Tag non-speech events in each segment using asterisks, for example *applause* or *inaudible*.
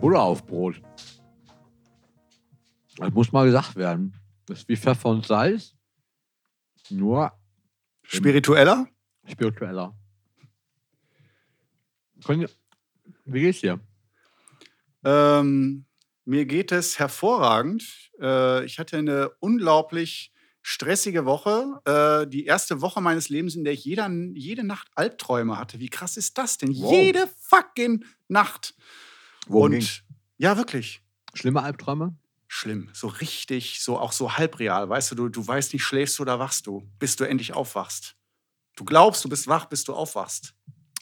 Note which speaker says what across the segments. Speaker 1: Butter auf Brot. Das muss mal gesagt werden. Das ist wie Pfeffer und Salz, nur
Speaker 2: Spiritueller?
Speaker 1: spiritueller. Können- Wie geht's dir?
Speaker 2: Ähm, mir geht es hervorragend. Äh, ich hatte eine unglaublich stressige Woche. Äh, die erste Woche meines Lebens, in der ich jeder, jede Nacht Albträume hatte. Wie krass ist das denn?
Speaker 1: Wow.
Speaker 2: Jede fucking Nacht.
Speaker 1: Worum ging's?
Speaker 2: Und ja, wirklich.
Speaker 1: Schlimme Albträume?
Speaker 2: Schlimm, so richtig, so auch so halbreal. Weißt du, du, du weißt nicht, schläfst du oder wachst du, bis du endlich aufwachst. Du glaubst, du bist wach, bis du aufwachst.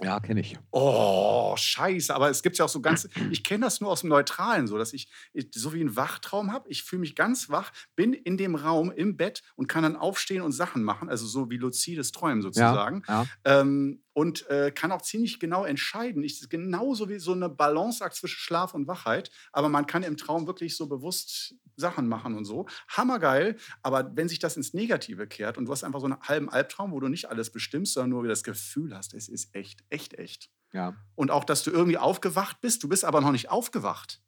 Speaker 1: Ja, kenne ich.
Speaker 2: Oh, scheiße. Aber es gibt ja auch
Speaker 1: *clears throat*
Speaker 2: so ganz, ich kenne das nur aus dem Neutralen, so dass ich, ich so wie einen Wachtraum habe. Ich fühle mich ganz wach, bin in dem Raum im Bett und kann dann aufstehen und Sachen machen. Also so wie luzides Träumen sozusagen.
Speaker 1: Ja.
Speaker 2: Ähm, und äh, kann auch ziemlich genau entscheiden. Ich, das ist genauso wie so eine Balanceakt zwischen Schlaf und Wachheit. Aber man kann im Traum wirklich so bewusst Sachen machen und so. Hammergeil. Aber wenn sich das ins Negative kehrt und du hast einfach so einen halben Albtraum, wo du nicht alles bestimmst, sondern nur das Gefühl hast, es ist echt, echt, echt.
Speaker 1: ja.
Speaker 2: Und auch, dass du irgendwie aufgewacht bist. Du bist aber noch nicht aufgewacht.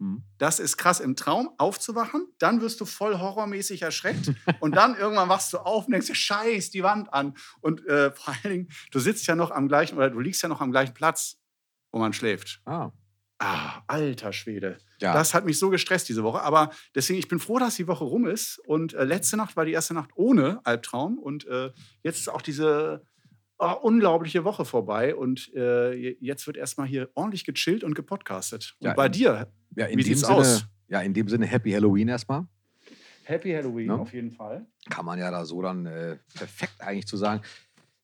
Speaker 1: Hm.
Speaker 2: Das ist krass im Traum, aufzuwachen. Dann wirst du voll horrormäßig erschreckt. und dann irgendwann wachst du auf und denkst, dir, scheiß die Wand an. Und äh, vor allen Dingen, du sitzt ja noch am gleichen oder du liegst ja noch am gleichen Platz, wo man schläft.
Speaker 1: Ah.
Speaker 2: Ah, alter Schwede.
Speaker 1: Ja.
Speaker 2: Das hat mich so gestresst diese Woche. Aber deswegen, ich bin froh, dass die Woche rum ist. Und äh, letzte Nacht war die erste Nacht ohne Albtraum. Und äh, jetzt ist auch diese ah, unglaubliche Woche vorbei. Und äh, je- jetzt wird erstmal hier ordentlich gechillt und gepodcastet. Und
Speaker 1: Ja,
Speaker 2: bei
Speaker 1: in-
Speaker 2: dir,
Speaker 1: ja, in
Speaker 2: wie
Speaker 1: dem
Speaker 2: sieht's
Speaker 1: Sinne,
Speaker 2: aus?
Speaker 1: Ja, in dem Sinne Happy Halloween erstmal.
Speaker 2: Happy Halloween
Speaker 1: Ne?
Speaker 2: auf jeden Fall.
Speaker 1: Kann man ja da so dann äh, perfekt eigentlich zu sagen.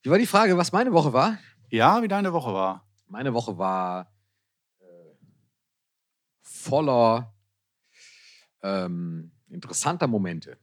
Speaker 1: Wie war die Frage, was meine Woche war?
Speaker 2: Ja, wie deine Woche war.
Speaker 1: Meine Woche war äh, voller ähm, interessanter Momente.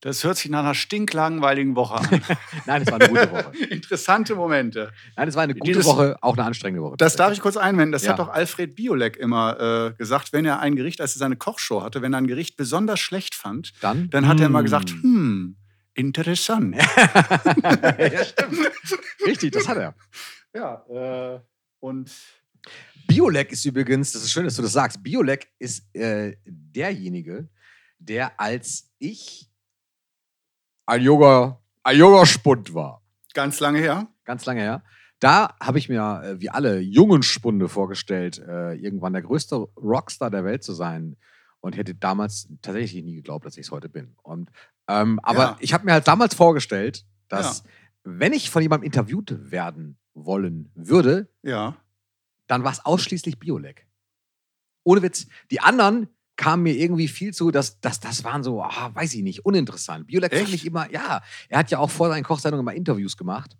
Speaker 2: Das hört sich nach einer stinklangweiligen Woche an.
Speaker 1: Nein, es war eine gute
Speaker 2: *laughs*
Speaker 1: Woche.
Speaker 2: Interessante Momente.
Speaker 1: Nein, es war eine gute
Speaker 2: Dieses-
Speaker 1: Woche, auch eine anstrengende Woche.
Speaker 2: Das darf ich kurz einwenden. Das
Speaker 1: Ja.
Speaker 2: hat doch Alfred Biolek immer äh, gesagt, wenn er ein Gericht, als er seine Kochshow hatte, wenn er ein Gericht besonders schlecht fand,
Speaker 1: Dann,
Speaker 2: dann hat er immer
Speaker 1: Hm.
Speaker 2: gesagt, hm, interessant.
Speaker 1: *laughs* ja, stimmt. *laughs* Richtig, das hat er.
Speaker 2: Ja, äh, und
Speaker 1: Biolek ist übrigens, das ist schön, dass du das sagst, Biolek ist äh, derjenige, der als ich ein junger, ein junger Spund war,
Speaker 2: ganz lange her.
Speaker 1: ganz lange her, da habe ich mir, äh, wie alle jungen Spunde vorgestellt, äh, irgendwann der größte Rockstar der Welt zu sein und hätte damals tatsächlich nie geglaubt, dass ich es heute bin. Und, ähm, aber
Speaker 2: Ja.
Speaker 1: ich habe mir halt damals vorgestellt, dass wenn ich von jemandem interviewt werden wollen würde,
Speaker 2: Ja.
Speaker 1: dann war es ausschließlich Biolek. Ohne Witz. Die anderen kamen mir irgendwie viel zu, dass das, das waren so, ah, weiß ich nicht, uninteressant. Biolek fand
Speaker 2: Echt?
Speaker 1: ich immer, ja, er hat ja auch vor seinen Kochsendungen immer Interviews gemacht.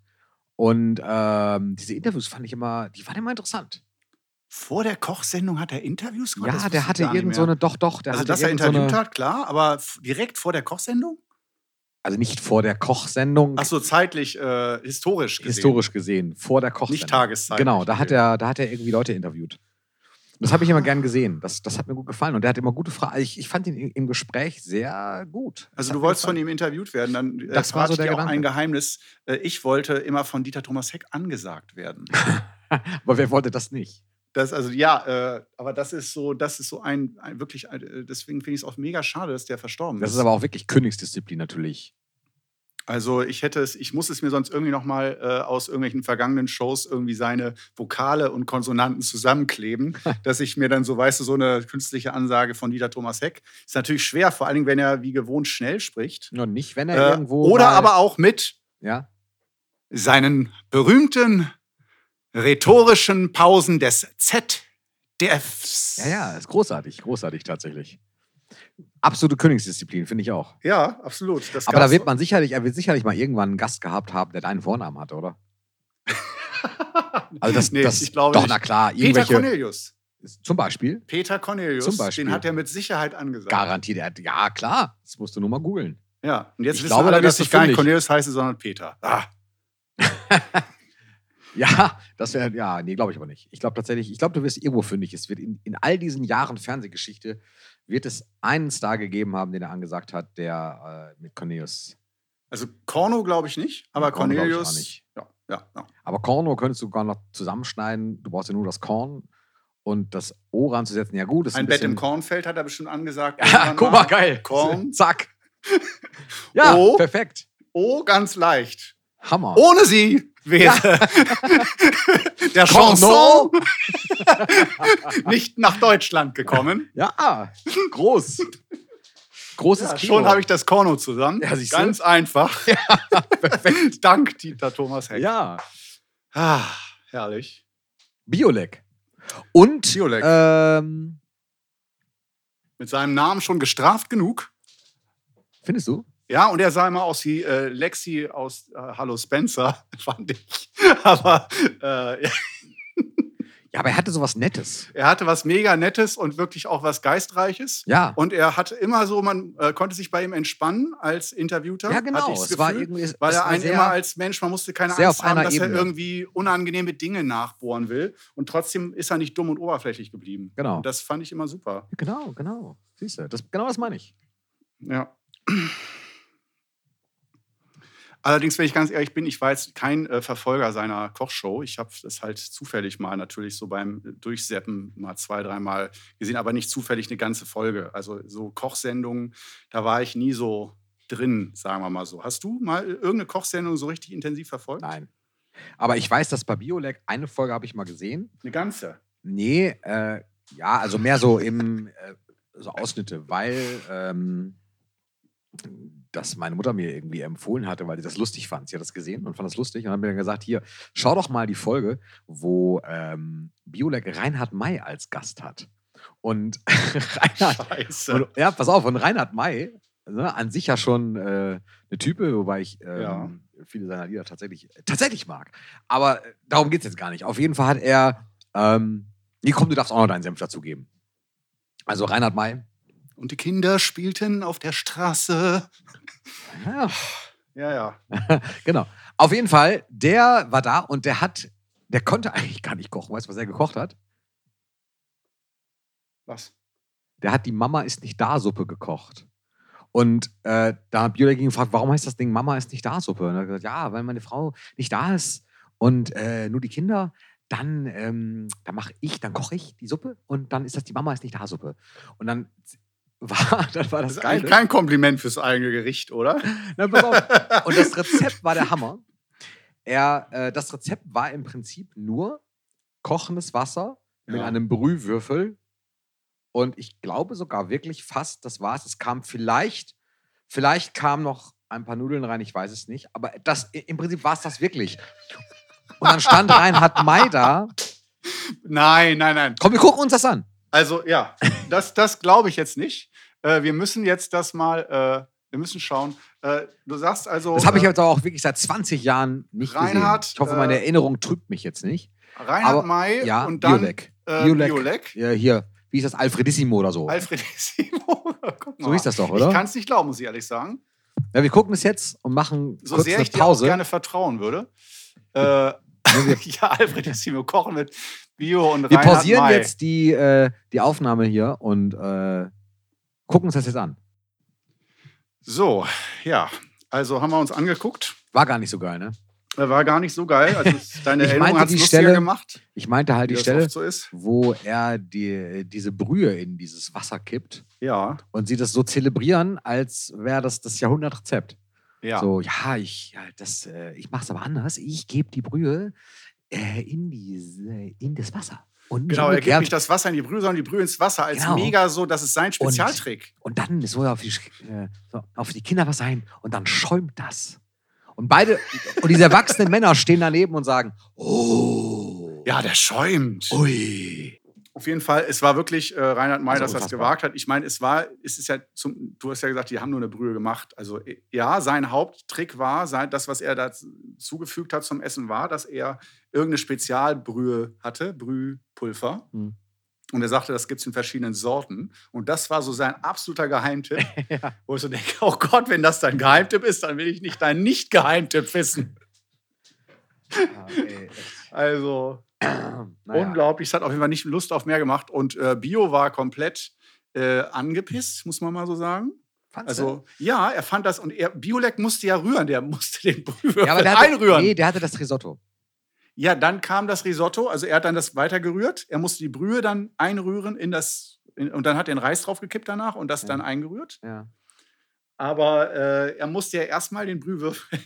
Speaker 1: Und ähm, diese Interviews fand ich immer, die waren immer interessant.
Speaker 2: Vor der Kochsendung hat er Interviews gemacht.
Speaker 1: ja,
Speaker 2: Das wusste
Speaker 1: der
Speaker 2: ich
Speaker 1: hatte
Speaker 2: gar nicht
Speaker 1: irgend so
Speaker 2: mehr.
Speaker 1: eine, doch, doch, der
Speaker 2: Also,
Speaker 1: hatte
Speaker 2: dass er
Speaker 1: irgend so eine-
Speaker 2: interviewt hat, klar, aber f- direkt vor der Kochsendung?
Speaker 1: Also nicht vor der Kochsendung,
Speaker 2: Ach so, zeitlich, äh, historisch gesehen.
Speaker 1: historisch gesehen, vor der Kochsendung.
Speaker 2: Nicht Tageszeit.
Speaker 1: Genau, da hat, er, da hat er irgendwie Leute interviewt. Und das habe ich immer gern gesehen. Das, das hat mir gut gefallen. Und er hat immer gute Fragen. Ich, ich fand ihn im- im Gespräch sehr gut. Das
Speaker 2: Also
Speaker 1: hat
Speaker 2: du
Speaker 1: mir
Speaker 2: wolltest von
Speaker 1: gefallen.
Speaker 2: ihm interviewt werden, dann äh,
Speaker 1: Das war so
Speaker 2: verrate ich
Speaker 1: der
Speaker 2: dir auch
Speaker 1: Gedanke.
Speaker 2: ein Geheimnis. Äh, Ich wollte immer von Dieter Thomas Heck angesagt werden.
Speaker 1: Aber wer wollte das nicht?
Speaker 2: Das, also ja, äh, aber das ist so, das ist so ein, ein wirklich, ein, äh, deswegen finde ich es auch mega schade, dass der verstorben
Speaker 1: Das ist aber auch wirklich Königsdisziplin natürlich.
Speaker 2: Also ich hätte es, ich muss es mir sonst irgendwie noch mal äh, aus irgendwelchen vergangenen Shows irgendwie seine Vokale und
Speaker 1: *laughs*
Speaker 2: Konsonanten zusammenkleben, dass ich mir dann so, weißt du, so eine künstliche Ansage von Dieter Thomas Heck ist natürlich schwer, vor allen Dingen, wenn er wie gewohnt schnell spricht.
Speaker 1: Nur nicht, wenn er
Speaker 2: Äh,
Speaker 1: irgendwo.
Speaker 2: oder
Speaker 1: mal-
Speaker 2: aber auch mit
Speaker 1: Ja,
Speaker 2: seinen berühmten rhetorischen Pausen des ZDFs.
Speaker 1: ja, ja, ist großartig, großartig tatsächlich. Absolute Königsdisziplin, finde ich auch.
Speaker 2: Ja, absolut. Das
Speaker 1: Aber da
Speaker 2: gab's-
Speaker 1: wird man sicherlich, er wird sicherlich mal irgendwann einen Gast gehabt haben, der deinen Vornamen hatte, oder? Also das,
Speaker 2: Nee,
Speaker 1: das
Speaker 2: ich glaube
Speaker 1: doch,
Speaker 2: nicht.
Speaker 1: na klar,
Speaker 2: Peter
Speaker 1: irgendwelche.
Speaker 2: Cornelius.
Speaker 1: Zum Beispiel.
Speaker 2: Peter Cornelius,
Speaker 1: Zum Beispiel.
Speaker 2: den hat er mit Sicherheit angesagt.
Speaker 1: Garantiert. Er hat, ja, klar. Das musst du nur mal googeln.
Speaker 2: Ja, und jetzt
Speaker 1: Ich
Speaker 2: wissen
Speaker 1: glaube,
Speaker 2: alle,
Speaker 1: da
Speaker 2: dass
Speaker 1: bist du
Speaker 2: ich gar nicht
Speaker 1: fündig.
Speaker 2: Cornelius heiße, sondern Peter. Ah,
Speaker 1: Ja, das wäre, ja, nee, glaube ich aber nicht. Ich glaube tatsächlich, ich glaube, du wirst irgendwo fündig. Es wird in, in all diesen Jahren Fernsehgeschichte, wird es einen Star gegeben haben, den er angesagt hat, der äh, mit Cornelius.
Speaker 2: Also Corno glaube ich nicht, aber
Speaker 1: Corno glaub ich
Speaker 2: Cornelius.
Speaker 1: auch nicht.
Speaker 2: Ja, ja, ja.
Speaker 1: Aber Korno könntest du gar noch zusammenschneiden. Du brauchst ja nur das Korn und das O ranzusetzen. Ja, gut, das ist
Speaker 2: Ein
Speaker 1: ein
Speaker 2: Bett
Speaker 1: bisschen,
Speaker 2: im Kornfeld hat er bestimmt angesagt.
Speaker 1: *laughs* Ja,
Speaker 2: irgendwann
Speaker 1: guck mal,
Speaker 2: mal.
Speaker 1: geil. *laughs*
Speaker 2: Korn.
Speaker 1: Zack.
Speaker 2: *laughs*
Speaker 1: Ja,
Speaker 2: O.
Speaker 1: perfekt.
Speaker 2: Oh, ganz leicht.
Speaker 1: Hammer.
Speaker 2: Ohne sie wäre
Speaker 1: *laughs*
Speaker 2: der Chanson *laughs* nicht nach Deutschland gekommen.
Speaker 1: Ja, ah, groß.
Speaker 2: *laughs*
Speaker 1: Großes
Speaker 2: Ja,
Speaker 1: Kino.
Speaker 2: schon habe ich das Korno zusammen.
Speaker 1: Ja, siehst du?
Speaker 2: Ganz einfach. *laughs* Dank Dieter Thomas Heck.
Speaker 1: Ja,
Speaker 2: Ah, herrlich.
Speaker 1: Biolek. Und
Speaker 2: Biolek.
Speaker 1: Ähm,
Speaker 2: Mit seinem Namen schon gestraft genug.
Speaker 1: findest du?
Speaker 2: Ja, und er sah immer aus wie äh, Lexi aus äh, Hallo Spencer, *laughs* fand ich. Aber äh,
Speaker 1: Ja, aber er hatte sowas Nettes.
Speaker 2: er hatte was mega Nettes und wirklich auch was Geistreiches.
Speaker 1: Ja.
Speaker 2: Und er hatte immer so, man äh, konnte sich bei ihm entspannen als Interviewter.
Speaker 1: ja,
Speaker 2: hatte
Speaker 1: genau.
Speaker 2: ich das
Speaker 1: Es war
Speaker 2: Gefühl,
Speaker 1: irgendwie, es
Speaker 2: weil
Speaker 1: es
Speaker 2: er
Speaker 1: war
Speaker 2: einen
Speaker 1: sehr,
Speaker 2: immer als Mensch, man musste keine
Speaker 1: sehr
Speaker 2: Angst
Speaker 1: auf
Speaker 2: haben,
Speaker 1: einer
Speaker 2: dass
Speaker 1: Ebene.
Speaker 2: er irgendwie unangenehme Dinge nachbohren will. Und trotzdem ist er nicht dumm und oberflächlich geblieben.
Speaker 1: Genau.
Speaker 2: Und das fand ich immer super.
Speaker 1: genau, genau. Siehst du, das, genau das meine ich.
Speaker 2: Ja. Allerdings, wenn ich ganz ehrlich bin, ich war jetzt kein äh, Verfolger seiner Kochshow. Ich habe das halt zufällig mal natürlich so beim äh, Durchseppen mal zwei, dreimal gesehen, aber nicht zufällig eine ganze Folge. Also so Kochsendungen, da war ich nie so drin, sagen wir mal so. Hast du mal äh, irgendeine Kochsendung so richtig intensiv verfolgt?
Speaker 1: Nein. Aber ich weiß, dass bei Biolek eine Folge habe ich mal gesehen.
Speaker 2: Eine ganze.
Speaker 1: Nee, äh, ja, also mehr so im äh, so Ausschnitte, weil ähm, das meine Mutter mir irgendwie empfohlen hatte, weil sie das lustig fand. Sie hat das gesehen und fand das lustig und hat mir dann gesagt, hier, schau doch mal die Folge, wo ähm, Biolek Reinhard May als Gast hat. Und *laughs* Reinhard
Speaker 2: Scheiße. *laughs*
Speaker 1: Und, ja, pass auf, und Reinhard May, ne, an sich ja schon äh, eine Type, wobei ich ähm,
Speaker 2: Ja.
Speaker 1: viele seiner Lieder tatsächlich, tatsächlich mag. Aber äh, darum geht es jetzt gar nicht. Auf jeden Fall hat er, ähm, nee, komm, du darfst auch noch deinen Senf dazugeben. Also Reinhard May,
Speaker 2: Und die Kinder spielten auf der Straße.
Speaker 1: ja,
Speaker 2: Ja, ja.
Speaker 1: genau. Auf jeden Fall, der war da und der hat, der konnte *laughs* eigentlich gar nicht kochen. Weißt du, was er gekocht hat?
Speaker 2: Was?
Speaker 1: Der hat die Mama ist nicht da Suppe gekocht. Und äh, da hat Björn ihn gefragt, warum heißt das Ding Mama ist nicht da Suppe? Und er hat gesagt, ja, weil meine Frau nicht da ist und äh, nur die Kinder, dann, ähm, dann mache ich, dann koche ich die Suppe und dann ist das die Mama ist nicht da Suppe. Und dann *laughs* war, dann war
Speaker 2: Das
Speaker 1: das,
Speaker 2: ist
Speaker 1: geil.
Speaker 2: eigentlich kein Kompliment fürs eigene Gericht, *laughs* oder?
Speaker 1: Nein, pass
Speaker 2: *laughs*
Speaker 1: auf. Und das Rezept war der Hammer. Er, äh, das Rezept war im Prinzip nur kochendes Wasser mit
Speaker 2: Ja.
Speaker 1: einem Brühwürfel. Und ich glaube sogar wirklich fast, das war's. Es kam vielleicht, vielleicht kamen noch ein paar Nudeln rein, ich weiß es nicht. Aber das, i- im Prinzip war es das wirklich. Und dann stand Reinhard May da.
Speaker 2: Nein, nein, nein.
Speaker 1: Komm, wir gucken uns das an.
Speaker 2: Also ja, das, das glaube ich jetzt nicht. Äh, wir müssen jetzt das mal, äh, wir müssen schauen. Äh, du sagst also,
Speaker 1: Das habe ich
Speaker 2: äh,
Speaker 1: jetzt aber auch wirklich seit 20 Jahren nicht
Speaker 2: Reinhard,
Speaker 1: gesehen. Ich hoffe, meine
Speaker 2: äh,
Speaker 1: Erinnerung trügt mich jetzt nicht.
Speaker 2: Reinhard
Speaker 1: aber-
Speaker 2: May
Speaker 1: Ja,
Speaker 2: und dann
Speaker 1: Biolek.
Speaker 2: äh,
Speaker 1: Biolek.
Speaker 2: Biolek.
Speaker 1: Ja, hier, wie ist das? Alfredissimo oder so.
Speaker 2: Alfred *laughs* Simo. Guck mal.
Speaker 1: so hieß das doch,
Speaker 2: Ich
Speaker 1: oder?
Speaker 2: kann es nicht glauben, muss ich ehrlich sagen.
Speaker 1: Ja, wir gucken es jetzt und machen
Speaker 2: So
Speaker 1: kurz
Speaker 2: sehr
Speaker 1: eine
Speaker 2: ich dir auch
Speaker 1: Pause.
Speaker 2: gerne
Speaker 1: *laughs*
Speaker 2: vertrauen würde. Äh, *laughs* ja, Alfred Simo kochen mit Bio und
Speaker 1: Wir
Speaker 2: Reinhard
Speaker 1: pausieren
Speaker 2: May.
Speaker 1: jetzt die, äh, die Aufnahme hier und äh, gucken uns das jetzt an.
Speaker 2: So, ja. Also haben wir uns angeguckt.
Speaker 1: War gar nicht so geil, ne?
Speaker 2: Äh, War gar nicht so geil.
Speaker 1: *laughs*
Speaker 2: Also es- deine
Speaker 1: Ich
Speaker 2: Erinnerung
Speaker 1: meinte
Speaker 2: hat es
Speaker 1: die
Speaker 2: lustiger
Speaker 1: Stelle-
Speaker 2: gemacht.
Speaker 1: Ich meinte halt
Speaker 2: wie
Speaker 1: die
Speaker 2: das
Speaker 1: Stelle,
Speaker 2: oft so ist.
Speaker 1: wo er die, diese Brühe in dieses Wasser kippt
Speaker 2: Ja,
Speaker 1: und sie das so zelebrieren, als wäre das das Jahrhundertrezept.
Speaker 2: ja.
Speaker 1: So, ja, ich, ja, das, äh, ich mache es aber anders. Ich gebe die Brühe äh, in, diese, in das Wasser. Und
Speaker 2: Genau, er gibt
Speaker 1: umgekehrt.
Speaker 2: nicht das Wasser in die Brühe, sondern die Brühe ins Wasser als
Speaker 1: Genau.
Speaker 2: mega so, das ist sein Spezialtrick.
Speaker 1: Und dann soll auf die, Sch- äh, so auf die Kinder was sein und dann schäumt das. Und beide, und diese erwachsenen Männer stehen daneben und sagen, oh,
Speaker 2: Ja, der schäumt.
Speaker 1: ui.
Speaker 2: Auf jeden Fall, es war wirklich äh, Reinhard May,
Speaker 1: Also
Speaker 2: dass er es
Speaker 1: unfassbar.
Speaker 2: gewagt hat. Ich meine, es war, es ist ja zum, du hast ja gesagt, die haben nur eine Brühe gemacht. Also äh, ja, sein Haupttrick war, sein, das, was er dazugefügt hat zum Essen, war, dass er irgendeine Spezialbrühe hatte, Brühpulver.
Speaker 1: Hm.
Speaker 2: Und er sagte, das gibt es in verschiedenen Sorten. Und das war so sein
Speaker 1: *laughs*
Speaker 2: absoluter Geheimtipp. Wo ich so denke, oh Gott, wenn das dein Geheimtipp ist, dann will ich nicht deinen Nicht-Geheimtipp wissen.
Speaker 1: Ah, ey, echt.
Speaker 2: Also,
Speaker 1: Naja.
Speaker 2: Unglaublich, es hat auf jeden Fall nicht Lust auf mehr gemacht. Und äh, Bio war komplett äh, angepisst, muss man mal so sagen.
Speaker 1: Fandst du?
Speaker 2: Also, ja, er fand das und er, Biolek musste ja rühren, der *laughs* musste den Brühwürfel
Speaker 1: ja, aber der hatte,
Speaker 2: einrühren.
Speaker 1: Nee, der hatte das Risotto.
Speaker 2: Ja, dann kam das Risotto, also er hat dann das weitergerührt. Er musste die Brühe dann einrühren in das in, und dann hat er den Reis draufgekippt danach und das
Speaker 1: Ja.
Speaker 2: dann eingerührt.
Speaker 1: Ja.
Speaker 2: Aber äh, er musste ja erstmal den Brühwürfel,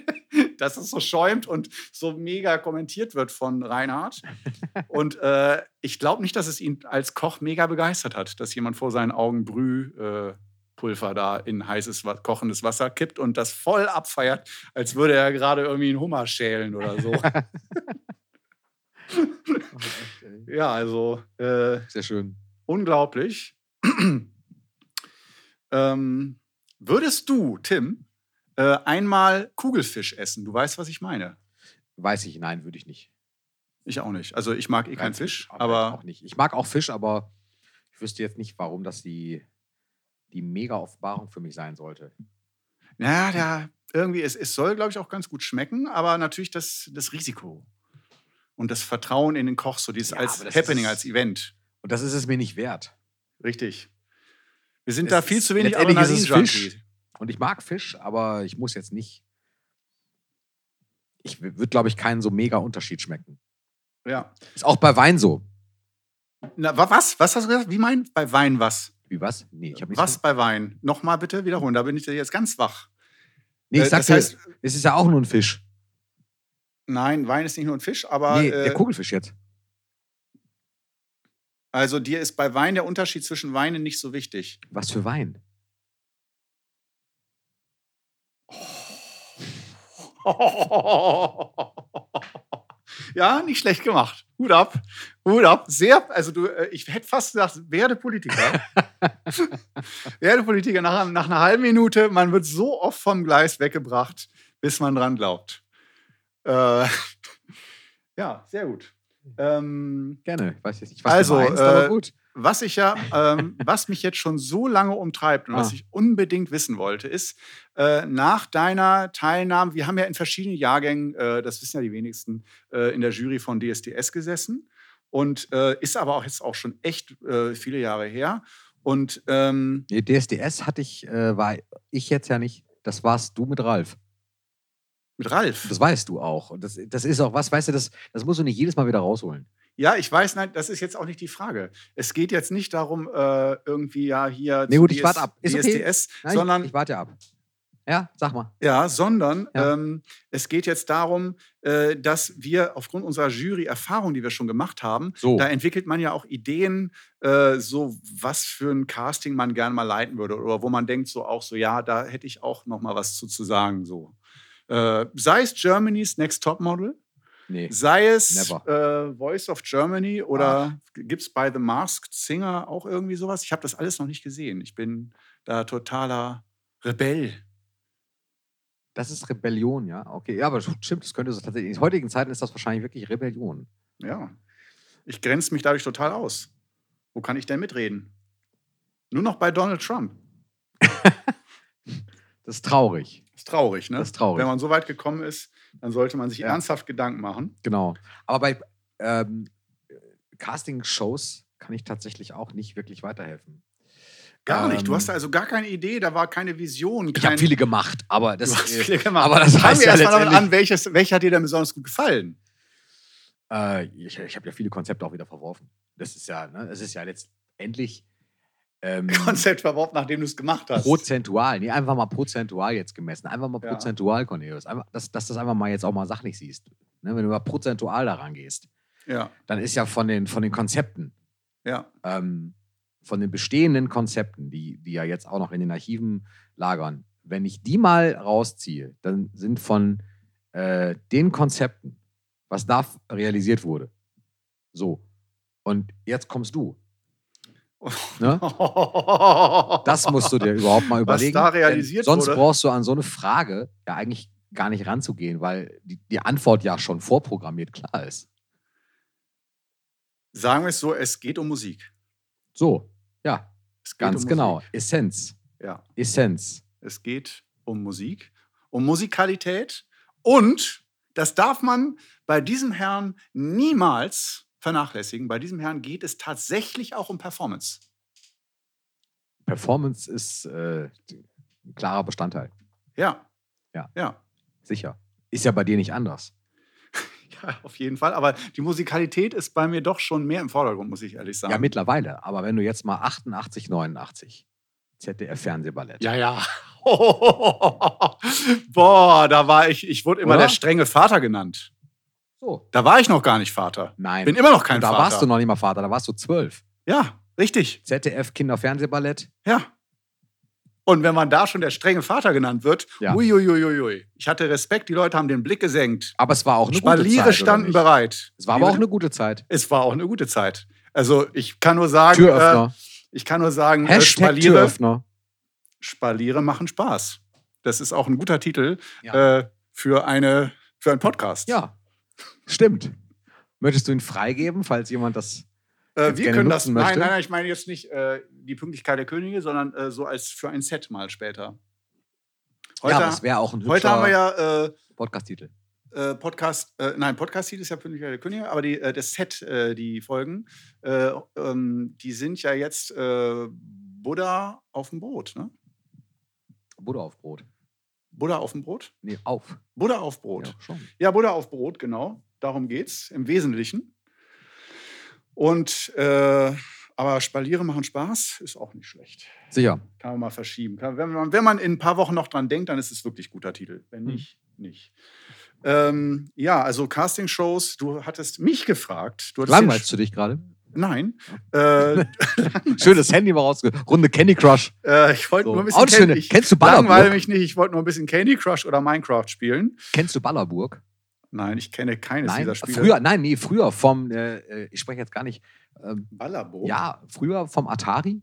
Speaker 2: *laughs* dass es so schäumt und so mega kommentiert wird von Reinhard. Und äh, ich glaube nicht, dass es ihn als Koch mega begeistert hat, dass jemand vor seinen Augen Brühpulver äh, Pulver da in heißes, wa- kochendes Wasser kippt und das voll abfeiert, als würde er gerade irgendwie einen Hummer schälen oder so.
Speaker 1: Oh, echt, ey.
Speaker 2: ja, also äh,
Speaker 1: Sehr schön.
Speaker 2: unglaublich. *clears throat* ähm, würdest du, Tim, äh, einmal Kugelfisch essen? Du weißt, was ich meine.
Speaker 1: Weiß ich, nein, würde ich nicht.
Speaker 2: Ich auch nicht. Also ich mag eh keinen
Speaker 1: Weiß ich
Speaker 2: Fisch,
Speaker 1: auch-
Speaker 2: aber
Speaker 1: Auch nicht. Ich mag auch Fisch, aber ich wüsste jetzt nicht, warum das die, die mega Offenbarung für mich sein sollte.
Speaker 2: ja, der, irgendwie, es, es soll, glaube ich, auch ganz gut schmecken, aber natürlich das, das Risiko und das Vertrauen in den Koch, so dieses
Speaker 1: Ja,
Speaker 2: als
Speaker 1: aber das
Speaker 2: Happening,
Speaker 1: ist-
Speaker 2: als Event.
Speaker 1: Und das ist es mir nicht wert.
Speaker 2: Richtig. Wir sind
Speaker 1: Es
Speaker 2: da viel
Speaker 1: ist-
Speaker 2: zu wenig
Speaker 1: letztendlich ist es
Speaker 2: Adrenalin-Junkie.
Speaker 1: Fisch. Und ich mag Fisch, aber ich muss jetzt nicht. Ich würde, glaube ich, keinen so mega Unterschied schmecken.
Speaker 2: Ja.
Speaker 1: Ist auch bei Wein so.
Speaker 2: Na, wa- was? Was hast du gesagt? Wie mein? Bei Wein was?
Speaker 1: Wie was? Nee, ich habe nicht.
Speaker 2: Was bei Wein? Nochmal bitte wiederholen, da bin ich jetzt ganz wach.
Speaker 1: nee, ich
Speaker 2: Äh,
Speaker 1: sag
Speaker 2: das
Speaker 1: dir,
Speaker 2: heißt-
Speaker 1: es ist ja auch nur ein Fisch.
Speaker 2: Nein, Wein ist nicht nur ein Fisch, aber
Speaker 1: nee,
Speaker 2: äh,
Speaker 1: der Kugelfisch jetzt.
Speaker 2: also dir ist bei Wein der Unterschied zwischen Weinen nicht
Speaker 1: *laughs*
Speaker 2: so wichtig.
Speaker 1: Was für Wein?
Speaker 2: Ja, nicht schlecht gemacht. Hut ab. Hut ab. Sehr, also du, äh, ich hätte fast gesagt,
Speaker 1: *laughs*
Speaker 2: werde Politiker. werde Politiker nach, nach einer halben Minute, man wird so oft vom Gleis weggebracht, bis man dran glaubt. Äh, *laughs* ja, sehr gut. Ähm,
Speaker 1: Gerne. Ich weiß jetzt nicht, was
Speaker 2: Also,
Speaker 1: du meinst, aber
Speaker 2: äh,
Speaker 1: gut.
Speaker 2: Was ich
Speaker 1: *laughs*
Speaker 2: ja, ähm, was mich jetzt schon so lange umtreibt und was
Speaker 1: Ah.
Speaker 2: ich unbedingt wissen wollte, ist, äh, nach deiner Teilnahme, wir haben ja in verschiedenen Jahrgängen, äh, das wissen ja die wenigsten, äh, in der Jury von DSDS gesessen und äh, ist aber auch jetzt auch schon echt äh, viele Jahre her. Und ähm,
Speaker 1: Nee, DSDS hatte ich, äh, war ich jetzt ja nicht. Das warst du mit Ralf.
Speaker 2: mit Ralf.
Speaker 1: Das weißt du auch. Und das, das ist auch was, weißt du, das, das musst du nicht jedes Mal wieder rausholen.
Speaker 2: Ja, ich weiß, nein, das ist jetzt auch nicht die Frage. Es geht jetzt nicht darum, äh, irgendwie ja hier
Speaker 1: Nee, gut, ich warte ab. Ist okay.
Speaker 2: DSDS,
Speaker 1: Nein,
Speaker 2: sondern
Speaker 1: ich, ich warte ab. Ja, sag mal.
Speaker 2: Ja, sondern
Speaker 1: Ja.
Speaker 2: Ähm, es geht jetzt darum, äh, dass wir aufgrund unserer Jury-Erfahrung, die wir schon gemacht haben,
Speaker 1: So.
Speaker 2: da entwickelt man ja auch Ideen, äh, so was für ein Casting man gerne mal leiten würde oder wo man denkt so auch so, ja, da hätte ich auch noch mal was zu, zu sagen so. Äh, sei es Germany's Next Topmodel,
Speaker 1: Nee.
Speaker 2: sei es
Speaker 1: Never.
Speaker 2: äh, Voice of Germany oder gibt es bei The Masked Singer auch irgendwie sowas? Ich habe das alles noch nicht gesehen. Ich bin da totaler Rebell.
Speaker 1: Das ist Rebellion, ja. Okay, ja, aber stimmt, das könnte so tatsächlich. In heutigen Zeiten ist das wahrscheinlich wirklich Rebellion.
Speaker 2: Ja. Ich grenze mich dadurch total aus. Wo kann ich denn mitreden? Nur noch bei Donald Trump.
Speaker 1: Das ist traurig.
Speaker 2: Ist traurig, ne?
Speaker 1: Das ist traurig.
Speaker 2: Wenn man so weit gekommen ist, dann sollte man sich
Speaker 1: Ja.
Speaker 2: ernsthaft Gedanken machen.
Speaker 1: Genau. Aber bei ähm, Casting-Shows kann ich tatsächlich auch nicht wirklich weiterhelfen.
Speaker 2: Gar nicht. Du
Speaker 1: Ähm,
Speaker 2: hast also gar keine Idee, da war keine Vision.
Speaker 1: Ich
Speaker 2: kein-
Speaker 1: habe viele gemacht, aber das.
Speaker 2: du hast
Speaker 1: äh,
Speaker 2: viele gemacht.
Speaker 1: aber das
Speaker 2: Fangen
Speaker 1: heißt
Speaker 2: wir
Speaker 1: ja
Speaker 2: erstmal damit
Speaker 1: letztendlich-
Speaker 2: an, welches, welcher hat dir denn besonders gut gefallen? *laughs*
Speaker 1: Äh, ich ich habe ja viele Konzepte auch wieder verworfen. Das ist ja, ne, es ist ja letztendlich
Speaker 2: *laughs*
Speaker 1: ähm,
Speaker 2: Konzept verworfen, nachdem du es gemacht hast.
Speaker 1: prozentual, nee, einfach mal prozentual jetzt gemessen. Einfach mal
Speaker 2: Ja.
Speaker 1: prozentual, Cornelius. Einfach, dass, dass das einfach mal jetzt auch mal sachlich siehst. Ne, wenn du mal prozentual daran gehst,
Speaker 2: Ja,
Speaker 1: dann ist ja von den, von den Konzepten,
Speaker 2: ja.
Speaker 1: ähm, von den bestehenden Konzepten, die, die ja jetzt auch noch in den Archiven lagern, wenn ich die mal rausziehe, dann sind von äh, den Konzepten, was da f- realisiert wurde, so. Und jetzt kommst du. Ne? Das musst du dir überhaupt mal
Speaker 2: *laughs* Was
Speaker 1: überlegen.
Speaker 2: da
Speaker 1: denn
Speaker 2: realisiert
Speaker 1: sonst
Speaker 2: wurde.
Speaker 1: brauchst du an so eine Frage ja eigentlich gar nicht ranzugehen, weil die, die Antwort ja schon vorprogrammiert klar ist.
Speaker 2: Sagen wir es so, es geht um Musik.
Speaker 1: So, ja,
Speaker 2: Es geht
Speaker 1: ganz
Speaker 2: um
Speaker 1: genau.
Speaker 2: Musik.
Speaker 1: Essenz,
Speaker 2: Ja.
Speaker 1: Essenz.
Speaker 2: Es geht um Musik, um Musikalität und Das darf man bei diesem Herrn niemals vernachlässigen. Bei diesem Herrn geht es tatsächlich auch um Performance.
Speaker 1: Performance ist äh, ein klarer Bestandteil.
Speaker 2: Ja.
Speaker 1: Ja.
Speaker 2: Ja.
Speaker 1: Sicher. Ist ja bei dir nicht anders.
Speaker 2: Ja, auf jeden Fall. Aber die Musikalität ist bei mir doch schon mehr im Vordergrund, muss ich ehrlich sagen.
Speaker 1: Ja, mittlerweile. Aber wenn du jetzt mal 88, 89 ZDF-Fernsehballett.
Speaker 2: Ja, ja. *laughs* Boah, da war ich, ich wurde immer
Speaker 1: Oder?
Speaker 2: der strenge Vater genannt.
Speaker 1: So.
Speaker 2: Da war ich noch gar nicht Vater.
Speaker 1: Nein.
Speaker 2: Bin immer noch kein
Speaker 1: da
Speaker 2: Vater.
Speaker 1: warst du noch nicht mal Vater, da warst du zwölf.
Speaker 2: Ja, richtig.
Speaker 1: ZDF Kinderfernsehballett.
Speaker 2: Ja. Und wenn man da schon der strenge Vater genannt wird,
Speaker 1: Ja.
Speaker 2: uiuiuiui. Ich hatte Respekt, die Leute haben den Blick gesenkt.
Speaker 1: Aber es war auch eine gute Zeit.
Speaker 2: Spaliere
Speaker 1: oder
Speaker 2: standen
Speaker 1: nicht?
Speaker 2: bereit.
Speaker 1: Es war aber auch eine gute Zeit.
Speaker 2: es war auch eine gute Zeit. Also ich kann nur sagen, äh,
Speaker 1: Türöffner.
Speaker 2: ich kann nur sagen, äh,
Speaker 1: Hashtag
Speaker 2: Spaliere,
Speaker 1: Türöffner.
Speaker 2: Spaliere machen Spaß. Das ist auch ein guter Titel
Speaker 1: Ja.
Speaker 2: äh, für, eine, für einen Podcast.
Speaker 1: Ja. Stimmt. Möchtest du ihn freigeben, falls jemand das.
Speaker 2: Äh,
Speaker 1: jetzt
Speaker 2: wir
Speaker 1: gerne
Speaker 2: können das.
Speaker 1: nutzen
Speaker 2: Nein,
Speaker 1: möchte?
Speaker 2: nein, nein, ich meine jetzt nicht äh, die Pünktlichkeit der Könige, sondern äh, so als für ein Set mal später. Heute,
Speaker 1: ja, aber es wäre auch ein hübscher
Speaker 2: heute haben wir ja äh,
Speaker 1: Podcast-Titel.
Speaker 2: äh, Podcast, äh, nein, Podcast hieß es ja Pünktlichkeit der Könige, aber die, äh, das Set, äh, die Folgen, äh, ähm, die sind ja jetzt äh, Buddha auf dem Boot, ne?
Speaker 1: Buddha auf Brot.
Speaker 2: Buddha auf dem Brot?
Speaker 1: Nee, auf.
Speaker 2: Buddha auf Brot.
Speaker 1: Ja, schon.
Speaker 2: Ja, Buddha auf Brot, genau. Darum geht's im Wesentlichen. Und äh, aber Spaliere machen Spaß, ist auch nicht schlecht.
Speaker 1: Sicher.
Speaker 2: Kann man mal verschieben. Kann, wenn, man, wenn man in ein paar Wochen noch dran denkt, dann ist es wirklich guter Titel. Wenn
Speaker 1: Hm.
Speaker 2: nicht, nicht. Ähm, ja, also Castingshows, du hattest mich gefragt. Du hattest
Speaker 1: Langweilst du dich gerade?
Speaker 2: Den,
Speaker 1: *laughs*
Speaker 2: nein. Äh,
Speaker 1: Schönes Handy war rausgekommen. Runde Candy Crush.
Speaker 2: äh, ich wollte
Speaker 1: So.
Speaker 2: nur ein
Speaker 1: Auch
Speaker 2: bisschen.
Speaker 1: eine schöne.
Speaker 2: Candy- ich
Speaker 1: Kennst du
Speaker 2: langweile
Speaker 1: Ballerburg?
Speaker 2: mich nicht, ich wollte nur ein bisschen Candy Crush oder Minecraft spielen.
Speaker 1: Kennst du Ballerburg?
Speaker 2: Nein, ich kenne keines
Speaker 1: Nein, also
Speaker 2: dieser Spiele.
Speaker 1: früher, nein, nee, früher vom, äh, äh, ich spreche jetzt gar nicht, ähm,
Speaker 2: Ballabo.
Speaker 1: ja, früher vom Atari.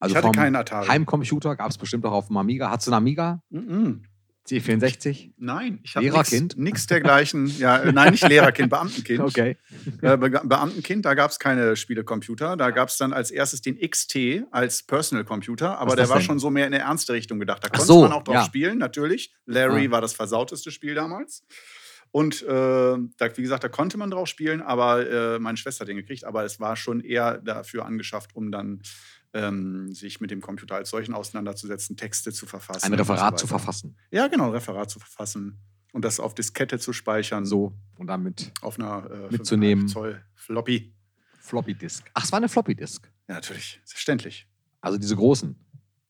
Speaker 1: Also
Speaker 2: ich hatte
Speaker 1: vom
Speaker 2: keinen Atari.
Speaker 1: Heimcomputer gab es bestimmt auch auf dem Amiga. Hattest du einen Amiga?
Speaker 2: Mhm.
Speaker 1: C64?
Speaker 2: Nein, ich habe
Speaker 1: Lehrerkind?
Speaker 2: nichts dergleichen. Ja, äh, nein, nicht
Speaker 1: *laughs*
Speaker 2: Lehrerkind, Beamtenkind.
Speaker 1: Okay.
Speaker 2: Äh, Be Beamtenkind, da gab es keine Spielecomputer. Da gab es dann als erstes den XT als Personal Computer, aber
Speaker 1: ist
Speaker 2: der
Speaker 1: das
Speaker 2: war
Speaker 1: denn?
Speaker 2: schon so mehr in eine ernste Richtung gedacht. Da
Speaker 1: Ach
Speaker 2: konnte
Speaker 1: so,
Speaker 2: man auch drauf
Speaker 1: ja.
Speaker 2: spielen, natürlich. Larry
Speaker 1: Ah.
Speaker 2: war das versauteste Spiel damals. Und äh, da, wie gesagt, da konnte man drauf spielen, aber äh, meine Schwester hat den gekriegt, aber es war schon eher dafür angeschafft, um dann ähm, sich mit dem Computer als solchen auseinanderzusetzen, Texte zu verfassen.
Speaker 1: Ein
Speaker 2: und so
Speaker 1: Referat zu
Speaker 2: weiter.
Speaker 1: verfassen.
Speaker 2: Ja, genau, ein Referat zu verfassen und das auf Diskette zu speichern,
Speaker 1: So. Und dann mit
Speaker 2: auf einer äh,
Speaker 1: Mitzunehmen.
Speaker 2: 5,5 Zoll Floppy.
Speaker 1: Floppy Disk. Ach, es war eine Floppy Disk.
Speaker 2: Ja, natürlich, selbstverständlich.
Speaker 1: Also diese großen.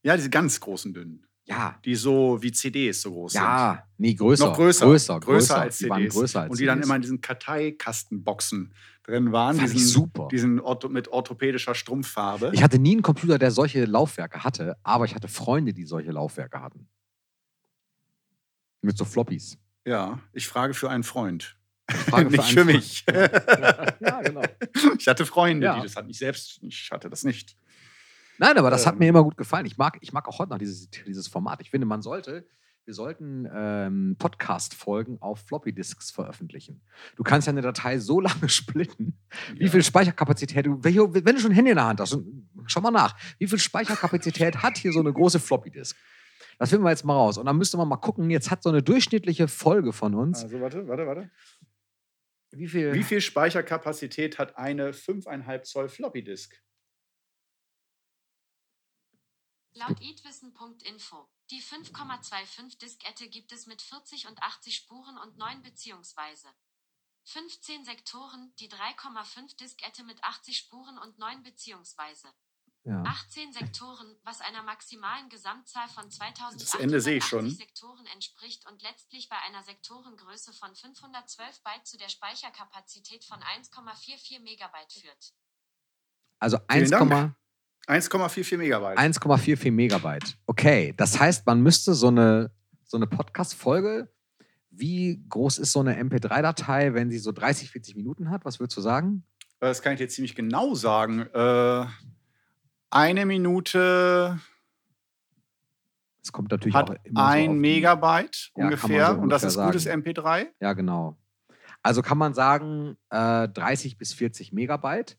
Speaker 2: Ja, diese ganz großen dünnen,
Speaker 1: Ja.
Speaker 2: die so wie CDs so groß sind.
Speaker 1: Ja. Nee, größer.
Speaker 2: Noch größer.
Speaker 1: Größer, größer.
Speaker 2: Größer als
Speaker 1: die waren
Speaker 2: CDs.
Speaker 1: größer als
Speaker 2: Und die dann
Speaker 1: CDs.
Speaker 2: immer in diesen Karteikastenboxen drin waren.
Speaker 1: Fand ich
Speaker 2: diesen,
Speaker 1: super.
Speaker 2: diesen ortho mit orthopädischer Strumpffarbe.
Speaker 1: Ich hatte nie einen Computer, der solche Laufwerke hatte, aber ich hatte Freunde, die solche Laufwerke hatten. Mit so
Speaker 2: *laughs*
Speaker 1: Floppies.
Speaker 2: ja, ich frage für einen Freund.
Speaker 1: Frage
Speaker 2: *laughs* Nicht
Speaker 1: einen
Speaker 2: für
Speaker 1: Freund.
Speaker 2: mich.
Speaker 1: *laughs* Ja, genau.
Speaker 2: *laughs* ich hatte Freunde,
Speaker 1: Ja.
Speaker 2: die das hatten. Ich selbst, ich hatte das nicht.
Speaker 1: Nein, aber das hat
Speaker 2: Ähm.
Speaker 1: mir immer gut gefallen. Ich mag, ich mag auch heute noch dieses, dieses Format. Ich finde, man sollte, wir sollten ähm, Podcast-Folgen auf Floppy-Disks veröffentlichen. Du kannst ja eine Datei so *laughs* lange splitten, wie
Speaker 2: Ja.
Speaker 1: viel Speicherkapazität du, welche, wenn du schon ein Handy in der Hand hast, schau mal nach, wie viel Speicherkapazität hat hier so eine große Floppy-Disk? Das finden wir jetzt mal raus. Und dann müsste man mal gucken, jetzt hat so eine durchschnittliche Folge von uns,
Speaker 2: Also warte, warte, warte.
Speaker 1: wie viel,
Speaker 2: Wie viel Speicherkapazität hat eine 5,5 Zoll Floppy Disk?
Speaker 3: Laut edwissen.info. Die 5,25 Diskette gibt es mit 40 und 80 Spuren und 9 bzw. 15 Sektoren, die 3,5 Diskette mit 80 Spuren und 9 bzw.
Speaker 1: ja.
Speaker 3: 18 Sektoren, was einer maximalen Gesamtzahl von 2000
Speaker 2: Das Ende sehe ich schon.
Speaker 3: Sektoren entspricht und letztlich bei einer Sektorengröße von 512 Byte zu der Speicherkapazität von 1,44 Megabyte führt.
Speaker 1: also
Speaker 2: Vielen Dank.
Speaker 1: 1,1.
Speaker 2: 1,44 Megabyte.
Speaker 1: 1,44 Megabyte. Okay, das heißt, man müsste so eine, so eine Podcast-Folge, wie groß ist so eine MP3-Datei, wenn sie so 30, 40 Minuten hat? Was würdest du sagen?
Speaker 2: Das kann ich dir ziemlich genau sagen. Äh, eine Minute
Speaker 1: Es kommt natürlich auch
Speaker 2: hat
Speaker 1: immer so auf
Speaker 2: ein
Speaker 1: die-
Speaker 2: Megabyte
Speaker 1: Ja, kann man so
Speaker 2: ungefähr und das ist
Speaker 1: ungefähr
Speaker 2: gutes
Speaker 1: sagen.
Speaker 2: MP3.
Speaker 1: Ja, genau. Also kann man sagen, äh, 30 bis 40 Megabyte.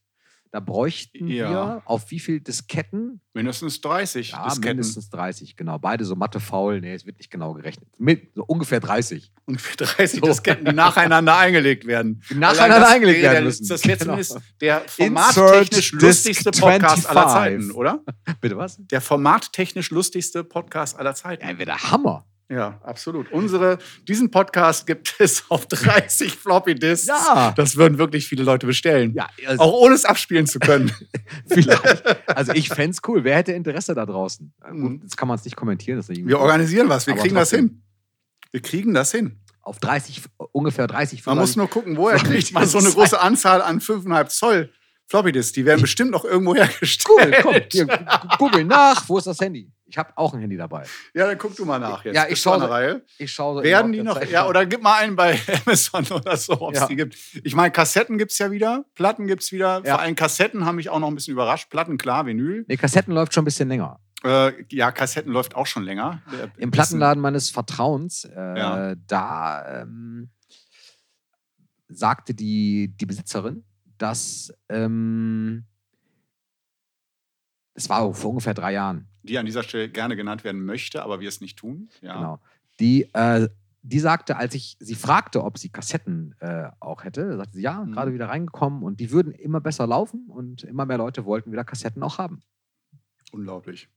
Speaker 1: Da bräuchten wir
Speaker 2: Ja.
Speaker 1: auf wie viel Disketten?
Speaker 2: Mindestens 30
Speaker 1: Ja,
Speaker 2: Disketten.
Speaker 1: mindestens 30, genau. Beide so Mathe faul. Nee, es wird nicht genau gerechnet. Mit, so ungefähr 30.
Speaker 2: *laughs* Ungefähr 30
Speaker 1: So.
Speaker 2: Disketten nacheinander eingelegt werden.
Speaker 1: Die *laughs* nacheinander
Speaker 2: Allein
Speaker 1: eingelegt
Speaker 2: der-
Speaker 1: werden müssen.
Speaker 2: Das letzte
Speaker 1: Genau.
Speaker 2: ist der formattechnisch
Speaker 1: Insert
Speaker 2: lustigste
Speaker 1: Disk
Speaker 2: Podcast aller
Speaker 1: 25.
Speaker 2: Zeiten, oder?
Speaker 1: Bitte was?
Speaker 2: Der formattechnisch lustigste Podcast aller Zeiten.
Speaker 1: Ja, wäre der Hammer.
Speaker 2: Ja, absolut. Unsere, diesen Podcast gibt es *laughs* auf 30 Floppy Disks.
Speaker 1: Ja.
Speaker 2: Das würden wirklich viele Leute bestellen.
Speaker 1: Ja, also
Speaker 2: Auch ohne es abspielen zu können.
Speaker 1: *laughs*
Speaker 2: *laughs*
Speaker 1: vielleicht. Also ich fände es cool. Wer hätte Interesse da draußen? Gut,
Speaker 2: Mhm.
Speaker 1: jetzt kann man es nicht kommentieren. Das ist
Speaker 2: Wir
Speaker 1: irgendwie-
Speaker 2: organisieren was, wir
Speaker 1: Aber
Speaker 2: kriegen das
Speaker 1: trotzdem.
Speaker 2: hin. Wir kriegen das hin.
Speaker 1: auf 30, ungefähr 30
Speaker 2: Man muss
Speaker 1: vielleicht.
Speaker 2: nur gucken, woher
Speaker 1: Soll
Speaker 2: kriegt
Speaker 1: ich
Speaker 2: man so eine
Speaker 1: das
Speaker 2: große Anzahl an 5,5 Zoll Floppy Disks. Die werden bestimmt noch irgendwo
Speaker 1: Google,
Speaker 2: *laughs* hergestellt.
Speaker 1: komm, hier, gu- google nach. Wo ist das Handy? Ich habe auch ein Handy dabei.
Speaker 2: Ja, dann guck du mal nach jetzt.
Speaker 1: Ja, ich
Speaker 2: Bist du an
Speaker 1: schaue-
Speaker 2: der Reihe.
Speaker 1: Ich schaue so
Speaker 2: Werden
Speaker 1: in
Speaker 2: die
Speaker 1: der
Speaker 2: noch?
Speaker 1: Zeit-
Speaker 2: Ja, oder gib mal einen bei *laughs* Amazon oder so, ob es
Speaker 1: Ja.
Speaker 2: die gibt. Ich meine, Kassetten gibt es ja wieder, Platten gibt es wieder.
Speaker 1: Ja.
Speaker 2: Vor allem Kassetten haben mich auch noch ein bisschen überrascht. Platten, klar, Vinyl.
Speaker 1: Nee, Kassetten läuft schon ein bisschen länger.
Speaker 2: Äh, ja, Kassetten läuft auch schon länger.
Speaker 1: Im Plattenladen meines Vertrauens, äh,
Speaker 2: Ja.
Speaker 1: da ähm, sagte die, die Besitzerin, dass ähm, es war vor ungefähr drei Jahren,
Speaker 2: Die an dieser Stelle gerne genannt werden möchte, aber wir es nicht tun. Ja.
Speaker 1: genau. Die, äh, die sagte, als ich sie fragte, ob sie Kassetten äh, auch hätte, sagte sie, ja,
Speaker 2: Mhm.
Speaker 1: gerade wieder reingekommen und die würden immer besser laufen und immer mehr Leute wollten wieder Kassetten auch haben.
Speaker 2: Unglaublich.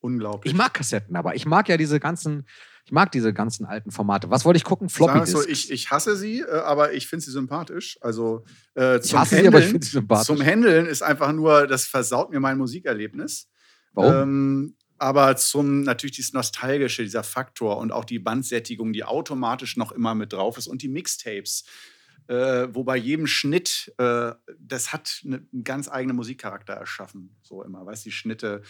Speaker 2: Unglaublich.
Speaker 1: Ich mag Kassetten, aber ich mag ja diese ganzen, ich mag diese ganzen alten Formate. Was wollte ich gucken? Floppy
Speaker 2: Sagen wir's
Speaker 1: Disks.
Speaker 2: so, ich, ich hasse sie, äh, aber ich finde sie sympathisch. Also äh,
Speaker 1: Ich
Speaker 2: zum,
Speaker 1: hasse sie,
Speaker 2: Händeln,
Speaker 1: aber ich finde sie sympathisch.
Speaker 2: zum Händeln ist einfach nur, das versaut mir mein Musikerlebnis.
Speaker 1: Warum?
Speaker 2: Ähm, aber zum natürlich dieses Nostalgische, dieser Faktor und auch die Bandsättigung, die automatisch noch immer mit drauf ist und die Mixtapes, äh, wo bei jedem Schnitt, äh, das hat ne- einen ganz eigenen Musikcharakter erschaffen. So immer, weißt du, die Schnitte,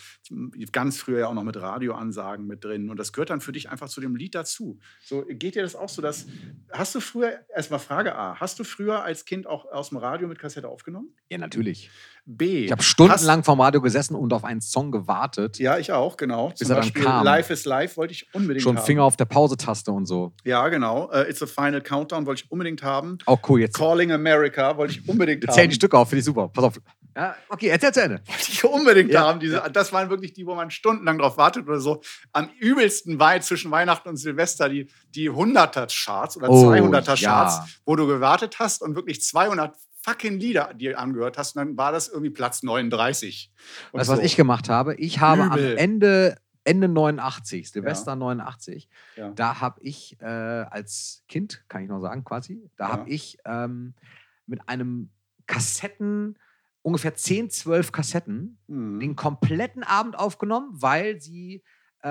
Speaker 2: ganz früher ja auch noch mit Radioansagen mit drin und das gehört dann für dich einfach zu dem Lied dazu. So geht dir das auch so, dass, hast du früher, erstmal Frage A, hast du früher als Kind auch aus dem Radio mit Kassette aufgenommen?
Speaker 1: ja, natürlich.
Speaker 2: B.
Speaker 1: Ich habe
Speaker 2: hast-
Speaker 1: stundenlang vorm Radio gesessen und auf einen Song gewartet.
Speaker 2: Ja, ich auch, genau.
Speaker 1: er dann kam.
Speaker 2: Life is Life wollte ich unbedingt
Speaker 1: Schon
Speaker 2: haben.
Speaker 1: Finger auf der Pause-Taste und so.
Speaker 2: Ja, genau. Äh, It's a Final Countdown wollte ich unbedingt haben.
Speaker 1: Auch Oh, cool, jetzt
Speaker 2: Calling America wollte ich unbedingt
Speaker 1: zähl
Speaker 2: haben.
Speaker 1: die Stücke auf, finde ich super. Pass auf. Ja, okay, erzähl zu Ende.
Speaker 2: *laughs* wollte ich unbedingt
Speaker 1: Ja,
Speaker 2: haben. Diese, Das waren wirklich die, wo man stundenlang drauf wartet oder so. Am übelsten war zwischen Weihnachten und Silvester die, die 100er-Charts oder
Speaker 1: Oh,
Speaker 2: 200er-Charts,
Speaker 1: ja.
Speaker 2: wo du gewartet hast und wirklich 200 fucking Lieder dir angehört hast. Und dann war das irgendwie Platz 39. Und
Speaker 1: Weißt du, Also, was
Speaker 2: so.
Speaker 1: ich gemacht habe? Ich habe
Speaker 2: Übel.
Speaker 1: am Ende, Ende 89, Silvester 89,
Speaker 2: Ja.
Speaker 1: da habe ich äh, als Kind, kann ich noch sagen, quasi, da habe
Speaker 2: Ja.
Speaker 1: ich ähm, mit einem Kassetten, ungefähr 10, 12 Kassetten, den
Speaker 2: Mhm.
Speaker 1: kompletten Abend aufgenommen, weil sie